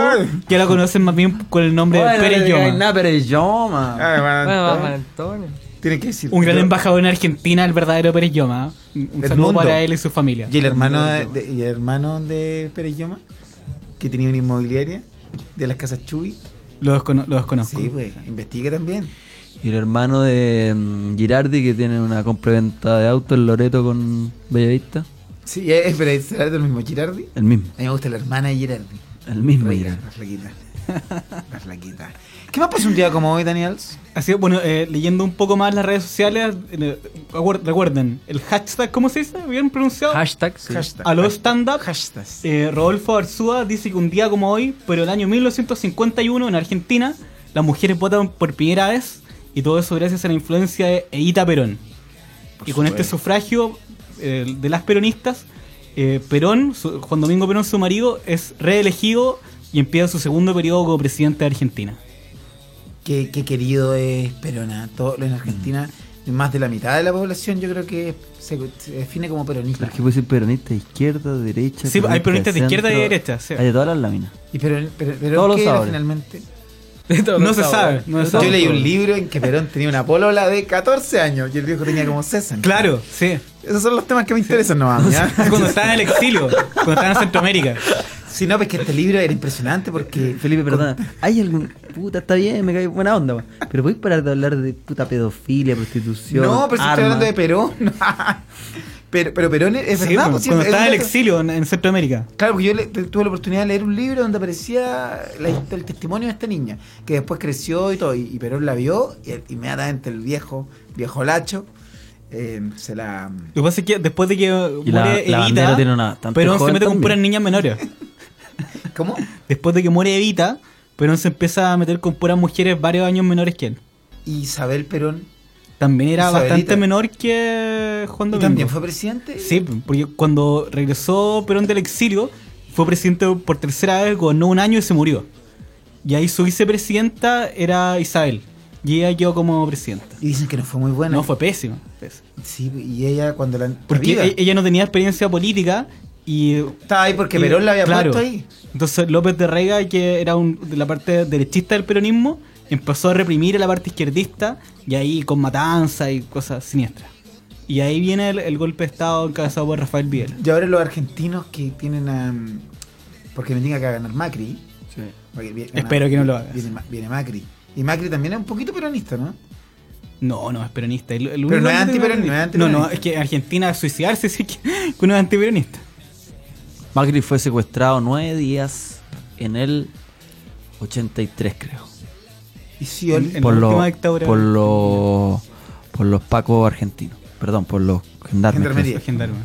S1: ya lo conocen más bien con el nombre de
S3: Bueno,
S1: Pérez
S3: le digáis
S1: Yoma.
S3: nada, Pérez Yoma.
S2: Ay, Ah, bueno,
S4: Bueno, Juan
S2: bueno.
S4: Antonio.
S2: Tiene que decir.
S1: Un gran
S2: Yo-
S1: embajador en Argentina, el verdadero Pérez Yoma. Un un
S2: Del
S1: saludo
S2: mundo.
S1: para él y su familia.
S2: Y el hermano de, de- y el hermano de Pérez Yoma, que tenía una inmobiliaria de las casas Chubi.
S1: Lo, descono- lo desconozco.
S2: Sí, pues, investigue también.
S3: Y el hermano de mm, Girardi que tiene una compraventa de auto en Loreto con Bellavista.
S2: Sí, es, pero es del mismo Girardi.
S3: El mismo,
S2: A mí me gusta la hermana de Girardi.
S3: el mismo
S2: Rica,
S3: Girardi.
S2: la flaquita. La flaquita. ¿Qué más pasó un día como hoy, Daniels?
S1: Así que, bueno, eh, leyendo un poco más las redes sociales, eh, acuer- recuerden, el hashtag, ¿cómo se dice? ¿Bien pronunciado?
S4: Hashtag. sí.
S2: Hashtag.
S1: A los stand-up,
S2: Hashtags.
S1: eh, Rodolfo Arzúa dice que un día como hoy, pero el año 1951 en Argentina, las mujeres votan por primera vez y todo eso gracias a la influencia de Edita Perón.
S2: Por
S1: y con este
S2: supuesto.
S1: sufragio eh, de las peronistas, eh, Perón, su- Juan Domingo Perón, su marido, es reelegido y empieza su segundo periodo como presidente de Argentina.
S2: Qué, qué querido es Perona. Todo, en Argentina,
S1: Mm.
S2: más de la mitad de la población yo creo que se, se define como peronista.
S3: Es que puede ser peronista de izquierda, de derecha.
S1: Sí, hay peronistas de izquierda y de derecha, sí.
S3: Hay de todas las láminas.
S2: Y Perón, pero, Perón
S3: Todos los
S2: ¿qué era
S3: sabores.
S2: finalmente?
S4: Todo
S1: No
S4: lo
S1: se
S4: sabe.
S1: sabe, no se
S2: Yo
S1: sabe.
S2: leí un libro en que Perón tenía una polola de 14 años y el viejo tenía como 60.
S1: Claro, sí.
S2: Esos son los temas que me interesan, no mami, ¿ah?
S1: Cuando estaba en el exilio, cuando estaba en Centroamérica.
S2: Si no, pues que este libro era impresionante porque.
S3: Eh, Felipe, perdona. Hay algún. Puta, está bien, me cae buena onda, weón. Pero voy a parar de hablar de puta pedofilia, prostitución.
S2: No, pero si estoy
S3: armas.
S2: hablando de Perón. pero, pero Perón es
S1: Sí,
S2: verdad.
S1: bueno,
S2: pues, sí,
S1: cuando
S2: es
S1: estaba en el
S2: verdad.
S1: exilio en, en Centroamérica.
S2: Claro, porque yo le- tu- tuve la oportunidad de leer un libro donde aparecía la hist- el testimonio de esta niña, que después creció y todo, y, y Perón la vio, y el- inmediatamente el viejo, viejo Lacho, eh, se la...
S1: Lo que pasa es que después de que muere
S3: la- la
S1: Evita,
S3: bandera tiene una- tanto
S1: Perón se
S3: joven
S1: mete con
S3: también.
S1: puras niñas menores.
S2: ¿Cómo?
S1: Después de que muere Evita, Perón se empieza a meter con puras mujeres varios años menores que él.
S2: Isabel Perón.
S1: También era
S2: Isabelita.
S1: bastante menor que Juan
S2: ¿Y
S1: Domingo.
S2: también fue presidente?
S1: Sí, porque cuando regresó Perón del exilio, fue presidente por tercera vez, gobernó un año y se murió. Y ahí su vicepresidenta era Isabel. Y ella quedó como presidenta.
S2: Y dicen que no fue muy buena.
S1: No, fue pésimo. pésimo.
S2: Sí, y ella cuando la...
S1: Porque
S2: la
S1: e-
S2: vida-
S1: ella no tenía experiencia política y
S2: Estaba ahí porque
S1: Y-
S2: Perón la había
S1: claro.
S2: puesto ahí.
S1: Entonces López de Rega, que era un- de la parte derechista del peronismo, empezó a reprimir a la parte izquierdista y ahí con matanza y cosas siniestras. Y ahí viene el, el golpe de Estado encabezado por Rafael Videla.
S2: Y ahora los argentinos que tienen a... Porque me tenga que ganar Macri. porque viene-
S1: Espero que no lo haga.
S2: Viene, Ma- viene Macri. Y Macri también es un poquito peronista, ¿no?
S1: No, no, es peronista. El- el
S2: Pero
S1: único
S2: no es
S1: que-
S2: antiperonista, no es
S1: No,
S2: antiperonista.
S1: no, es que en Argentina suicidarse sí que que uno es antiperonista.
S3: Macri fue secuestrado nueve días en el 83, creo.
S2: Y Scioli...
S1: En la
S3: por, los
S1: última dictadura.
S3: por, los por los pacos argentinos. Perdón, por los gendarmes.
S2: Gendarmería.
S1: Gendarme.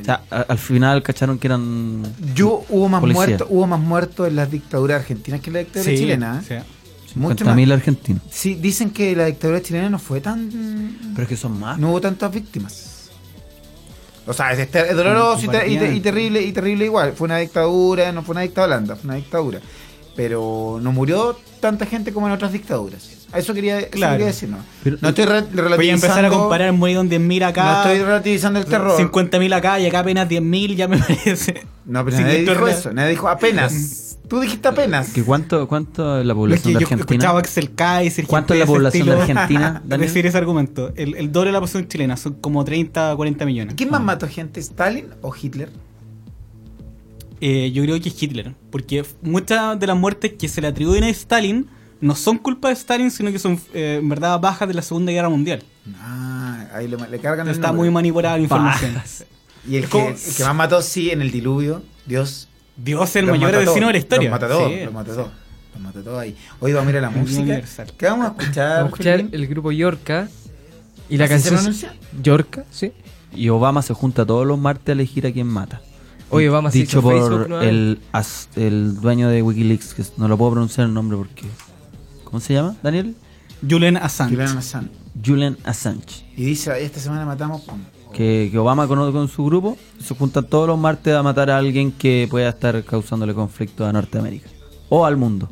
S3: O sea, a- al final cacharon que eran.
S2: Yo hubo más
S3: Policía.
S2: muertos, hubo más muertos en las dictaduras argentinas que en la dictadura chilena.
S1: sí.
S2: ¿eh? Mucho más.
S3: 50.000 argentinos.
S2: Sí, dicen que la dictadura chilena no fue
S1: Mm.
S2: tan
S3: Pero es que son más.
S2: no hubo tantas víctimas. O sea, es, ter- es doloroso y, ter- y ter- y terrible y terrible igual. Fue una dictadura, no fue una dictadura blanda, fue una dictadura. Pero no murió tanta gente como en otras dictaduras. A eso quería, eso
S1: Claro.
S2: quería decir, ¿no?
S3: Pero-
S2: no estoy re- relativizando.
S1: Voy a empezar a comparar, murieron 10.000 acá.
S2: No estoy relativizando el terror.
S1: 50.000 acá y acá apenas 10.000 ya me parece.
S2: No, pero
S1: Sí,
S2: nadie
S1: esto es
S2: dijo
S1: real.
S2: eso. Nadie dijo apenas. Tú dijiste apenas.
S3: ¿Que cuánto, ¿Cuánto es la
S1: Es que
S3: población
S1: yo
S3: de
S1: escuchaba a
S3: Argentina?
S1: Axel Kaiser.
S3: ¿Cuánto
S1: gente
S3: es la población de
S1: ese
S3: Argentina, Daniel?
S1: decir ese argumento. El, el doble de la población chilena, son como 30 40 millones.
S2: ¿Quién más mató gente, Stalin o Hitler?
S1: Eh, yo creo que es Hitler. Porque muchas de las muertes que se le atribuyen a Stalin no son culpa de Stalin, sino que son eh, en verdad bajas de la Segunda Guerra Mundial.
S2: Ah, ahí le, le cargan el
S1: Está
S2: nombre.
S1: muy manipulada la información.
S2: Y el
S1: Es
S2: que,
S1: como-
S2: el que más mató, sí, en el diluvio. Dios.
S1: Dios es Este el
S2: los
S1: mayor
S2: mató a todos,
S1: asesino de la historia.
S2: Los mató a todos,
S1: Sí.
S2: los mató a todos, los mató a todos ahí. Hoy vamos a ir a la
S1: Unión
S2: música.
S1: Universal.
S2: ¿Qué vamos a escuchar?
S4: Vamos a escuchar
S2: Joaquín?
S4: el grupo Yorka y la
S2: ¿Así se
S4: canción.
S2: pronuncia?
S4: Yorka, sí.
S3: Y Obama se junta todos los martes a elegir a quién mata.
S4: Oye, Obama se
S3: Dicho
S4: hizo
S3: por
S4: Facebook, ¿no?
S3: el, as- el dueño de Wikileaks, que no lo puedo pronunciar el nombre porque. ¿Cómo se llama, Daniel?
S1: Julian Assange.
S2: Julian Assange.
S3: Julian Assange.
S2: Y dice, esta semana matamos pum.
S3: que, que Obama con, con su grupo se juntan todos los martes a matar a alguien que pueda estar causándole conflicto a Norteamérica o al mundo.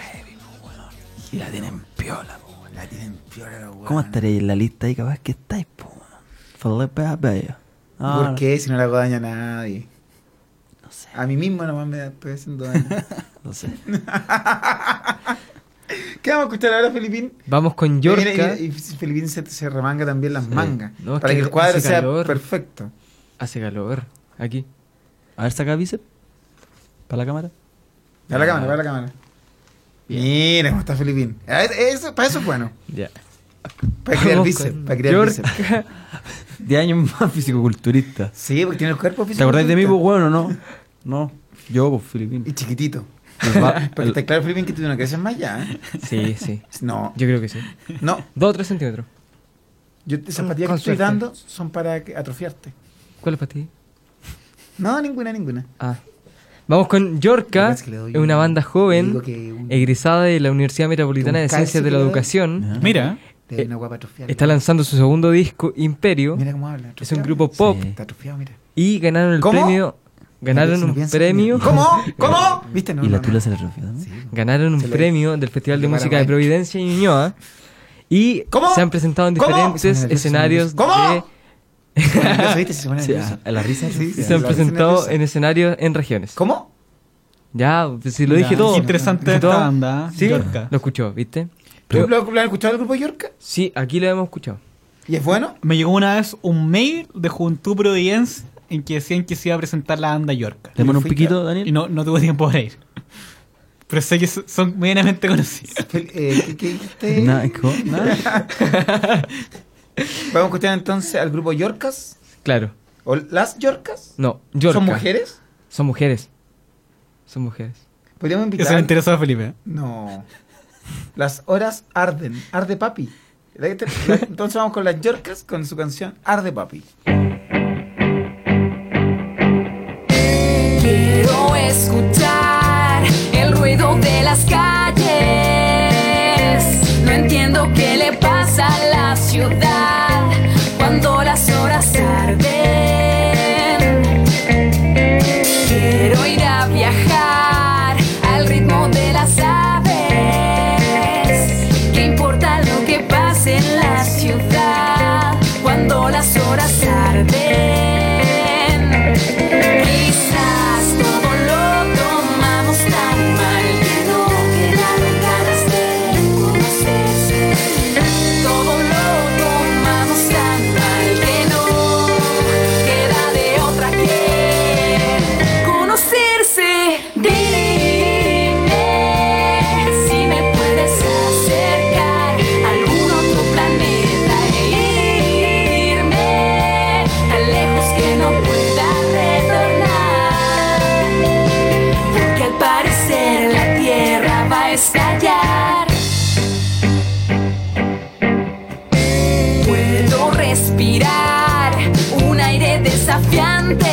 S3: Heavy, weón. Heavy, weón. Y la tienen piola, po, weón.
S2: La tienen peor a la weá,
S3: ¿Cómo
S2: ¿no?
S3: estaréis en la lista ahí? Capaz que estáis, po, weón. Felipe Abello. Ah,
S2: ¿Por qué? Si no le hago daño a nadie.
S3: No sé,
S2: A mí mismo nomás me estoy haciendo daño.
S3: no sé.
S2: ¿Qué vamos a escuchar ahora, Felipín?
S4: Vamos con
S2: Yorka.
S4: Yorka.
S2: Y, Felipín se, se remanga también las
S4: Sí.
S2: mangas.
S4: No, es
S2: para
S4: que
S2: que, el cuadro
S4: hace
S2: sea
S4: calor.
S2: perfecto.
S4: Hace calor. Aquí.
S3: A ver, saca bíceps. ¿Para la cámara?
S2: A la cámara, a la cámara. Mira cómo está Felipín. Ah, es- Eso, para eso es bueno.
S4: Ya.
S2: Para crear
S4: Vamos
S2: bíceps.
S4: con
S2: Para crear
S4: Yorka.
S2: bíceps.
S3: De años más fisicoculturista.
S2: Sí, porque tiene el cuerpo físico.
S3: ¿Te acordáis de mí, po, weón, o no? No. Yo, pues, Filipino.
S2: Y chiquitito.
S4: Pues
S3: Nos va-
S2: Porque está claro, Filipín, que tú no creces más ya. ¿eh?
S4: Sí, sí.
S2: No,
S4: Yo creo que sí.
S2: no.
S4: Dos o tres centímetros.
S2: Yo, esas zapatillas que
S4: Con
S2: estoy
S4: suerte.
S2: dando son para que- atrofiarte.
S4: ¿Cuál es para ti?
S2: No, ninguna, ninguna.
S4: Ah. Vamos con Yorka,
S2: Digas que le doy
S4: es una
S2: un-
S4: banda joven,
S2: digo que un-
S4: egresada de la Universidad Metropolitana
S2: un
S4: de Ciencias
S2: calcio
S4: de la
S2: que le doy.
S4: Educación.
S3: Ah,
S1: Mira,
S2: Te
S4: Eh,
S2: doy una guapa atrofiada.
S4: Está lanzando su segundo disco, Imperio,
S2: Mira cómo habla.
S4: es un
S2: atrofiado.
S4: grupo pop,
S3: Sí.
S2: Está atrofiado, mira.
S4: y ganaron el
S2: ¿Cómo?
S4: premio. Ganaron
S2: Si lo
S4: un
S2: piensas,
S4: premio.
S2: mira. ¿Cómo? ¿Cómo? ¿Viste? No,
S3: y
S2: no,
S3: la
S2: no.
S3: tula se la refiere, ¿no?
S2: Sí.
S4: Ganaron un
S2: Se lo-
S4: premio del Festival de
S2: se lo
S4: Música de
S2: llevaron ahí.
S4: Providencia y Ñuñoa. Y
S2: ¿Cómo?
S4: se han presentado en
S2: ¿Cómo?
S4: diferentes
S2: Se me nervioso, se me
S4: escenarios
S2: nervioso.
S4: de-
S2: ¿Cómo? Se pone nervioso, ¿viste? Se pone
S3: Sí,
S2: nervioso.
S3: a, a la risa.
S2: Sí, sí,
S4: se han
S2: la-
S4: presentado
S2: nerviosa.
S4: en escenarios en regiones.
S2: ¿Cómo?
S4: Ya, pues, si lo dije
S1: Ya,
S4: todo.
S1: qué interesante
S4: Dije
S1: esta
S4: todo.
S1: banda, ¿eh?
S4: Sí,
S1: Yorka.
S4: lo escuchó, ¿viste?
S2: ¿Tú
S4: Yo-
S2: lo, lo has escuchado el grupo Yorka?
S4: sí, aquí lo hemos escuchado.
S2: ¿Y es bueno?
S1: me llegó una vez un mail de Juventud Providence en que decían que se iba a presentar la banda Yorka.
S3: ¿Te pone un
S2: Fui yo.
S3: piquito,
S1: Y
S3: Daniel?
S1: no, no tuve tiempo para ir. Pero sé que so- son medianamente conocidos.
S2: Fel- eh, ¿qué- qué dijiste?
S3: Nada, es como- nada.
S2: Vamos a escuchar entonces al grupo Yorkas.
S4: Claro.
S2: ¿O las Yorkas?
S4: No, Yorka.
S2: ¿Son mujeres?
S4: Son mujeres. Son mujeres.
S2: Podríamos invitar.
S1: Eso le interesó a Felipe.
S2: No. Las horas arden. Arde papi. La- la- Entonces vamos con las Yorkas con su canción Arde papi.
S5: Quiero escuchar el ruido de las calles. No entiendo qué le pasa a la ciudad cuando las horas arden. Quiero ir a viajar al ritmo de las aves. ¿Qué importa lo que pase en la ciudad cuando las horas arden? Quizás todo lo tomamos tan mal que no quedaron ganas de conocerse. Todo lo tomamos tan mal que no queda de otra que conocerse. Dime si me puedes acercar a algún otro planeta e irme tan lejos que no pueda retornar. Porque al parecer la tierra va a estallar. Puedo respirar un aire desafiante.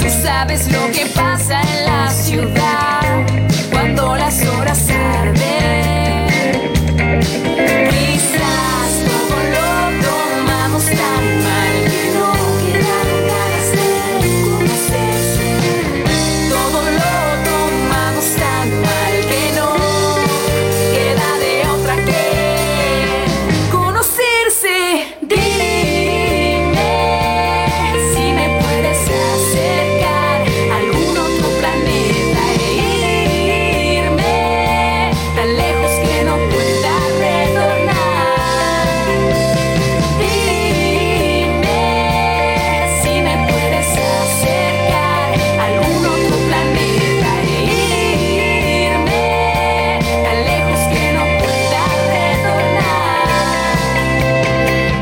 S5: Tú sabes lo que pasa en la ciudad cuando las horas arden. Quizás todo lo tomamos tan mal que no quedaron ganas de conocerse. Todo lo tomamos tan mal que no queda de otra que conocerse. Dime si me puedes acercar a algún otro planeta e irme tan lejos que no pueda retornar. Dime si me puedes acercar a algún otro planeta e irme tan lejos que no pueda retornar.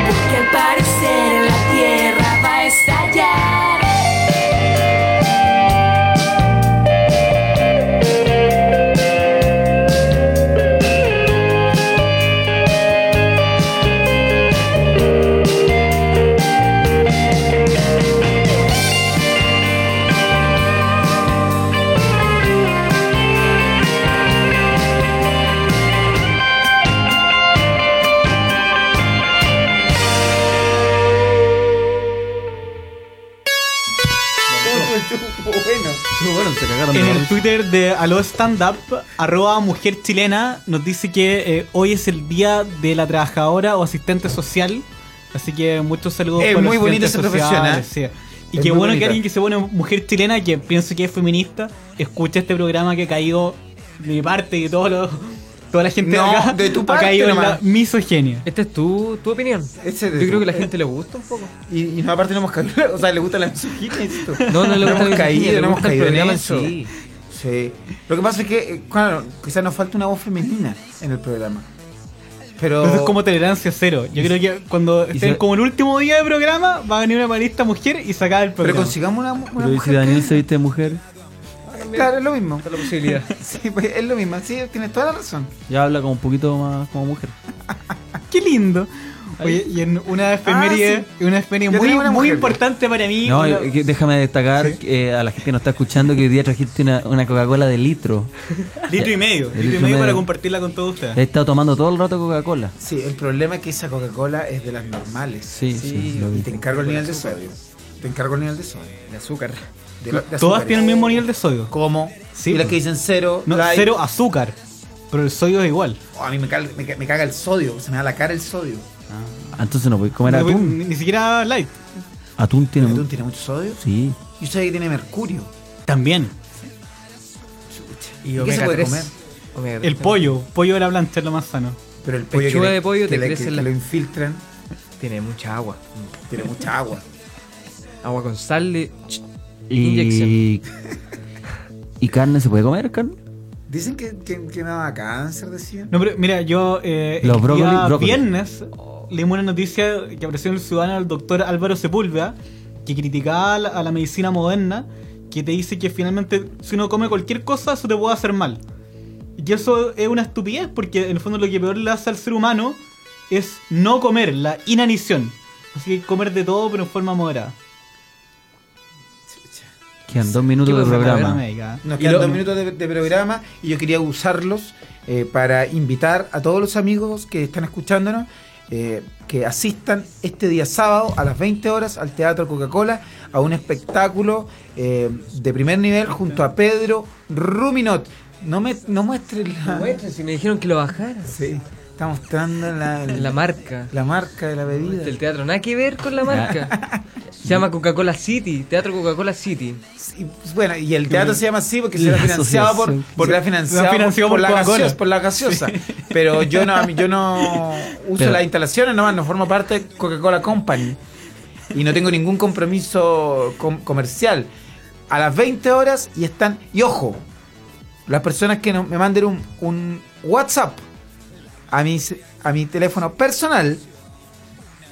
S5: Porque al parecer la tierra va a estallar.
S3: Bueno, se cagaron de
S1: En
S3: la
S1: el
S3: risa.
S1: Twitter de Aló Stand Up, arroba mujer chilena, nos dice que eh, hoy es el día de la trabajadora o asistente social. Así que muchos saludos
S2: Es
S1: para los
S2: muy bonita
S1: asistentes
S2: esa profesión, ¿eh?
S1: sociales, sí. Y
S2: Es
S1: qué
S2: muy
S1: bueno que
S2: bonita.
S1: alguien que se pone mujer chilena, que pienso que es feminista, escuche este programa que ha caído de mi parte y de todos los- toda la gente de
S2: No,
S1: acá.
S2: de tu
S1: ha
S2: parte
S1: caído en la
S2: nomás.
S1: misogenia.
S4: Esta es tu, tu opinión.
S2: Ese de
S4: Yo creo
S2: tu-
S4: que a la gente le gusta un poco.
S2: Y, y no, aparte no hemos caído. O sea, le gusta la misoginia y esto.
S4: No, no le gusta la
S2: hemos
S4: misoginia,
S2: caído,
S4: le
S2: no hemos
S4: gusta el
S2: caído en
S4: programa en
S2: eso.
S4: sí.
S2: Sí. Lo que pasa es que, eh, claro, quizás nos falta una voz femenina en el programa. Pero.
S1: Entonces es como tolerancia cero. Yo creo que cuando estén
S3: se-
S1: como el último día de programa, va a venir una panelista mujer y sacar el
S2: pero
S1: programa.
S2: consigamos una, una
S3: Pero ¿y si
S2: mujer.
S3: Daniel se viste de mujer,
S2: que- Claro, es lo mismo.
S4: Esta es la posibilidad.
S2: Sí, pues, es lo mismo. Sí, tienes toda la razón.
S3: ya habla como un poquito más como mujer.
S1: Qué lindo. Oye, y en
S2: Ah,
S1: una efeméride, una efeméride
S2: Ya
S1: muy,
S2: tenemos una
S1: muy
S2: mujer.
S1: importante para mí.
S3: No,
S1: una-
S3: eh, que- déjame destacar eh, a la gente que nos está escuchando que hoy día trajiste una, una Coca-Cola de litro.
S1: litro y medio.
S3: El
S1: Litro, y medio
S3: litro medio.
S1: para compartirla con todos ustedes.
S3: He estado tomando todo el rato Coca-Cola.
S2: Sí, el problema es que esa Coca-Cola es de las normales.
S3: Sí, sí, lo
S2: y
S3: vi.
S2: te encargo el nivel de sodio. Te encargo el nivel de sodio.
S4: El azúcar.
S2: De la- de
S1: Todas
S2: azúcares.
S1: tienen el mismo nivel de sodio.
S2: ¿Cómo?
S1: Sí. pues.
S2: Y las que dicen cero.
S1: No,
S2: light.
S1: cero azúcar. Pero el sodio es igual.
S2: Oh, a mí me cal- me ca- me caga, el sodio. Se me da la cara el sodio.
S3: Ah, Entonces no puedes comer
S1: No, pues,
S3: atún.
S1: ni, ni siquiera light.
S3: Atún
S2: ¿El
S3: tiene.
S2: pues, atún
S3: mu-
S2: tiene mucho sodio?
S3: Sí.
S2: Yo sabía que tiene mercurio.
S1: También.
S4: Y
S2: qué
S4: omega
S2: se puede
S4: 3.
S2: comer?
S4: Omega 3.
S1: El pollo. Pollo de la plancha es lo más sano.
S2: Pero el pollo
S4: Pechuga
S2: que le-
S4: de pollo
S2: que
S4: te
S2: le-
S4: crece
S2: que-
S4: la-
S2: que lo infiltran
S4: Tiene mucha agua.
S2: tiene mucha agua.
S4: Agua con sal de... Inyección.
S3: Y. ¿Y carne se puede comer, carne?
S2: Dicen que, que, que me daba cáncer, decían.
S1: No, pero mira, yo eh,
S3: Los
S1: el
S3: brócoli-
S1: día
S3: brócoli.
S1: viernes leímos una noticia que apareció en el Ciudadano al doctor Álvaro Sepúlveda, que criticaba a la, a la medicina moderna, que te dice que finalmente si uno come cualquier cosa, eso te puede hacer mal. Y eso es una estupidez, porque en el fondo lo que peor le hace al ser humano es no comer, la inanición. Así que comer de todo, pero en forma moderada.
S3: Quedan dos minutos de
S4: cosa
S1: Buena
S3: programa.
S1: médica.
S2: Ah. Nos
S4: Y
S2: quedan
S4: lo-
S2: dos minutos de, de programa y yo quería usarlos eh, para invitar a todos los amigos que están escuchándonos eh, que asistan este día sábado a las 20 horas al Teatro Coca-Cola a un espectáculo eh, de primer nivel junto a Pedro Ruminot. No, me, no muestres la...
S4: Muestra, si me dijeron que lo bajara.
S2: Sí, está mostrando la,
S4: La
S2: la,
S4: marca.
S2: marca de la bebida.
S4: El teatro, nada que ver con la marca. Se llama Coca-Cola City, Teatro Coca-Cola City.
S2: Y, pues, bueno, y el teatro se llama así porque será
S3: La
S2: financiado por,
S3: asociación.
S2: por, será financiado
S1: Será financiado
S2: por, por
S1: por
S2: la
S1: Coca-Cola.
S2: gaseosa, por la gaseosa. Pero yo no, yo no uso
S3: Pero-
S2: las instalaciones nomás, no formo parte de Coca-Cola Company. Y no tengo ningún compromiso com- comercial. A las 20 horas y están. Y ojo, las personas que no- me manden un, un WhatsApp a mi, a mi teléfono personal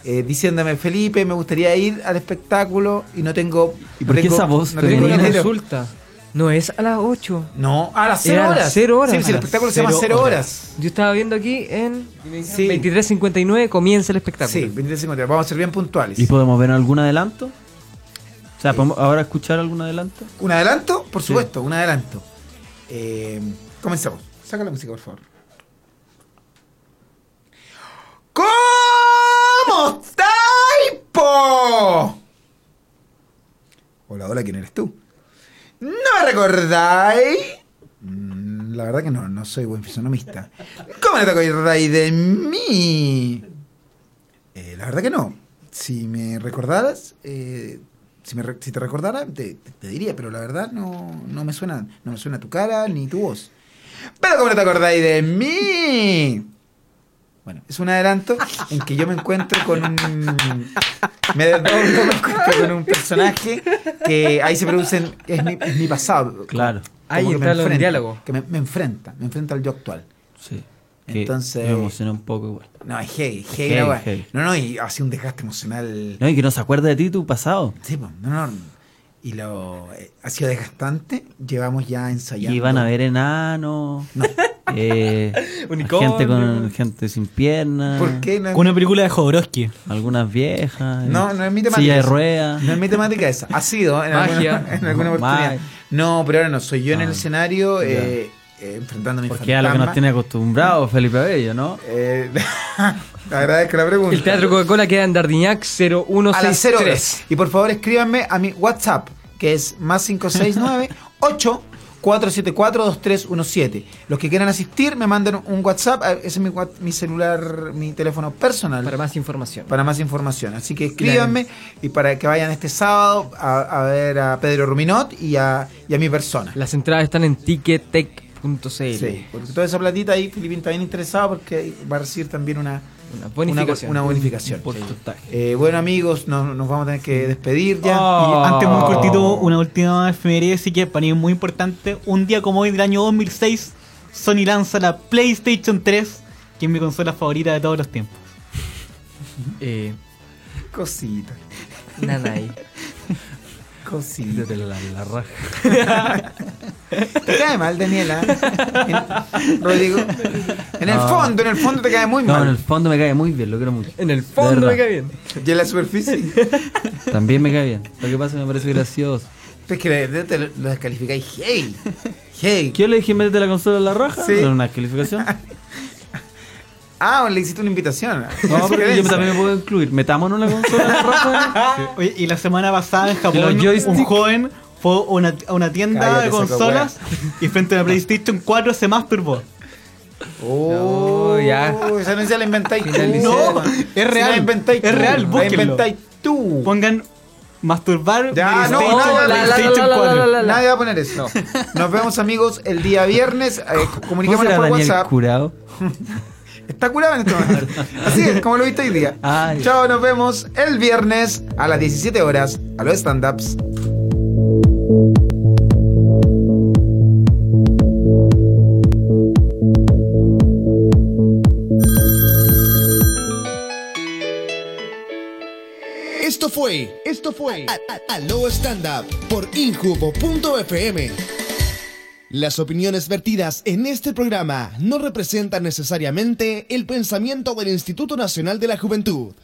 S2: eh, diciéndome, Felipe, me gustaría ir al espectáculo y no tengo.
S3: ¿Y
S2: no
S3: por qué
S2: tengo-
S3: esa voz
S2: No,
S4: Pero
S2: tengo
S4: una
S3: femenina?
S2: dinero".
S4: consulta. No es a las 8.
S2: No, a las 0
S4: Era a
S2: horas.
S4: las cero horas.
S2: Sí, sí, el
S4: A las
S2: espectáculo se llama
S4: cero
S2: 0
S4: horas.
S2: horas.
S4: Yo estaba viendo aquí en
S2: Sí.
S4: 23.59 comienza el
S2: Sí,
S4: espectáculo.
S2: 23.50. Vamos a ser bien puntuales.
S3: ¿Y podemos ver algún adelanto? O sea, ¿podemos ahora escuchar algún adelanto?
S2: ¿Un adelanto? Por supuesto, un adelanto. Eh, comenzamos. Saca la música, por favor. ¿Cómo estáis, po? Hola, hola, ¿quién eres tú? ¿No me recordáis? Mm, La verdad que no, no soy buen fisonomista. ¿Cómo no te acordáis de mí? Eh, la verdad que no. Si me recordaras, eh, si, me re- si te recordara, te, te- te diría, pero la verdad no, no me suena, no me suena tu cara ni tu voz. Pero ¿cómo no te acordáis de mí? Bueno, es un adelanto en que yo me encuentro con un... Me desdoblo, me encuentro con un personaje que ahí se producen... Es mi, es mi pasado.
S3: Claro.
S4: Ahí
S2: que me
S4: entra lo del
S2: enfrenta,
S4: diálogo.
S2: Que me, me enfrenta, me enfrenta al yo actual.
S3: Sí. Que
S2: Entonces-
S3: Me emocioné un poco igual.
S2: No, es heavy, heavy,
S3: Heavy,
S2: la weá.
S3: heavy.
S2: No, no, y así un desgaste emocional...
S3: No, y que no se acuerda de ti tu pasado.
S2: Sí, po, no, no. Y lo eh, ha sido desgastante. Llevamos ya ensayando.
S3: Y van a ver enanos. eh,
S1: Unicornio.
S3: gente con gente sin piernas.
S2: ¿Por qué no? es-
S1: Con una película de Jodorowsky.
S3: Algunas viejas.
S2: No,
S3: eh,
S2: no es mi temática.
S3: Silla de
S2: esa.
S3: ruedas.
S2: No es mi temática esa. Ha sido en,
S4: Magia.
S2: alguna, en alguna oportunidad.
S3: Magia.
S2: No, pero ahora no. Soy yo en el
S3: Ah,
S2: escenario
S3: ya.
S2: eh, eh, enfrentando a mi
S3: Porque es a lo que nos
S2: fantasma.
S3: tiene acostumbrados Felipe Bello, ¿no?
S2: Eh, agradezco la pregunta.
S4: El Teatro Coca-Cola queda en Dardignac
S2: a las 0 horas.
S4: 0163.
S2: Y por favor escríbanme a mi WhatsApp, que es más 569 8 474 2317. Los que quieran asistir me mandan un WhatsApp, eh, ese es mi, wa- mi celular, mi teléfono personal.
S4: Para más información.
S2: para más información. Así que escríbanme y para que vayan este sábado a, a ver a Pedro Ruminot y a, y a mi persona.
S4: Las entradas están en tickettech.cl.
S2: Sí, porque toda esa platita ahí Filipín está bien interesado porque va a recibir también una,
S4: Una
S2: una,
S4: bonificación.
S2: una bonificación.
S3: Por
S2: Sí.
S3: porcentaje.
S2: Eh, bueno amigos, nos, nos vamos a tener que despedir ya.
S1: Y antes muy
S3: Oh.
S1: cortito, una última efeméride, así que para mí es muy importante. Un día como hoy del año 2006, Sony lanza la PlayStation 3 que es mi consola favorita de todos los tiempos.
S4: Eh,
S2: Cosita,
S4: nada ahí.
S2: cosita.
S3: la, la raja.
S2: Te cae mal, Daniela. En- Rodrigo. En el fondo, en el fondo te cae muy
S3: No, en el
S2: mal.
S3: fondo me cae muy bien, lo quiero mucho.
S4: En el
S3: De
S4: fondo me
S3: verdad.
S4: cae bien.
S2: Y en la superficie.
S3: También me cae bien. Lo que pasa es que me parece gracioso.
S2: Es que de- de- te lo lo descalificáis. Hey, hey.
S3: ¿Qué yo le dije métete la consola en la raja?
S2: Sí.
S3: ¿Era una calificación?
S2: Ah, le hiciste una invitación.
S3: No, pero yo también me puedo incluir. Metámonos la consola en la raja.
S1: Oye, y la semana pasada en Japón,
S3: los joysticks?
S1: un joven fue a una, a una tienda
S2: Cállate,
S1: de
S2: saco
S1: consolas y frente a la PlayStation 4 se masturbó.
S2: Oh,
S4: No, ya.
S2: Esa no se la inventáis tú.
S4: Finalicé.
S1: No,
S2: Si
S1: es real,
S2: La inventáis
S1: es
S2: tú.
S1: real,
S2: La
S1: búsquenlo.
S2: inventáis tú.
S1: Pongan masturbar
S2: Ya, no,
S1: PlayStation,
S2: no, la- la- la-
S1: PlayStation
S4: la- la-
S1: 4.
S4: la-
S2: Nadie va a poner eso. Nos vemos, amigos, el día viernes. Eh,
S3: ¿Cómo
S2: comuniquémonos
S3: será
S2: por
S3: Daniel
S2: WhatsApp.
S3: Curado?
S2: Está curado en este momento. Así es, como lo viste hoy día.
S3: Ah, ya.
S2: Chao, nos vemos el viernes a las 17 horas a los stand-ups.
S8: Esto fue, esto fue A- A- Aló Stand Up por Injubo.fm. Las opiniones vertidas en este programa no representan necesariamente el pensamiento del Instituto Nacional de la Juventud.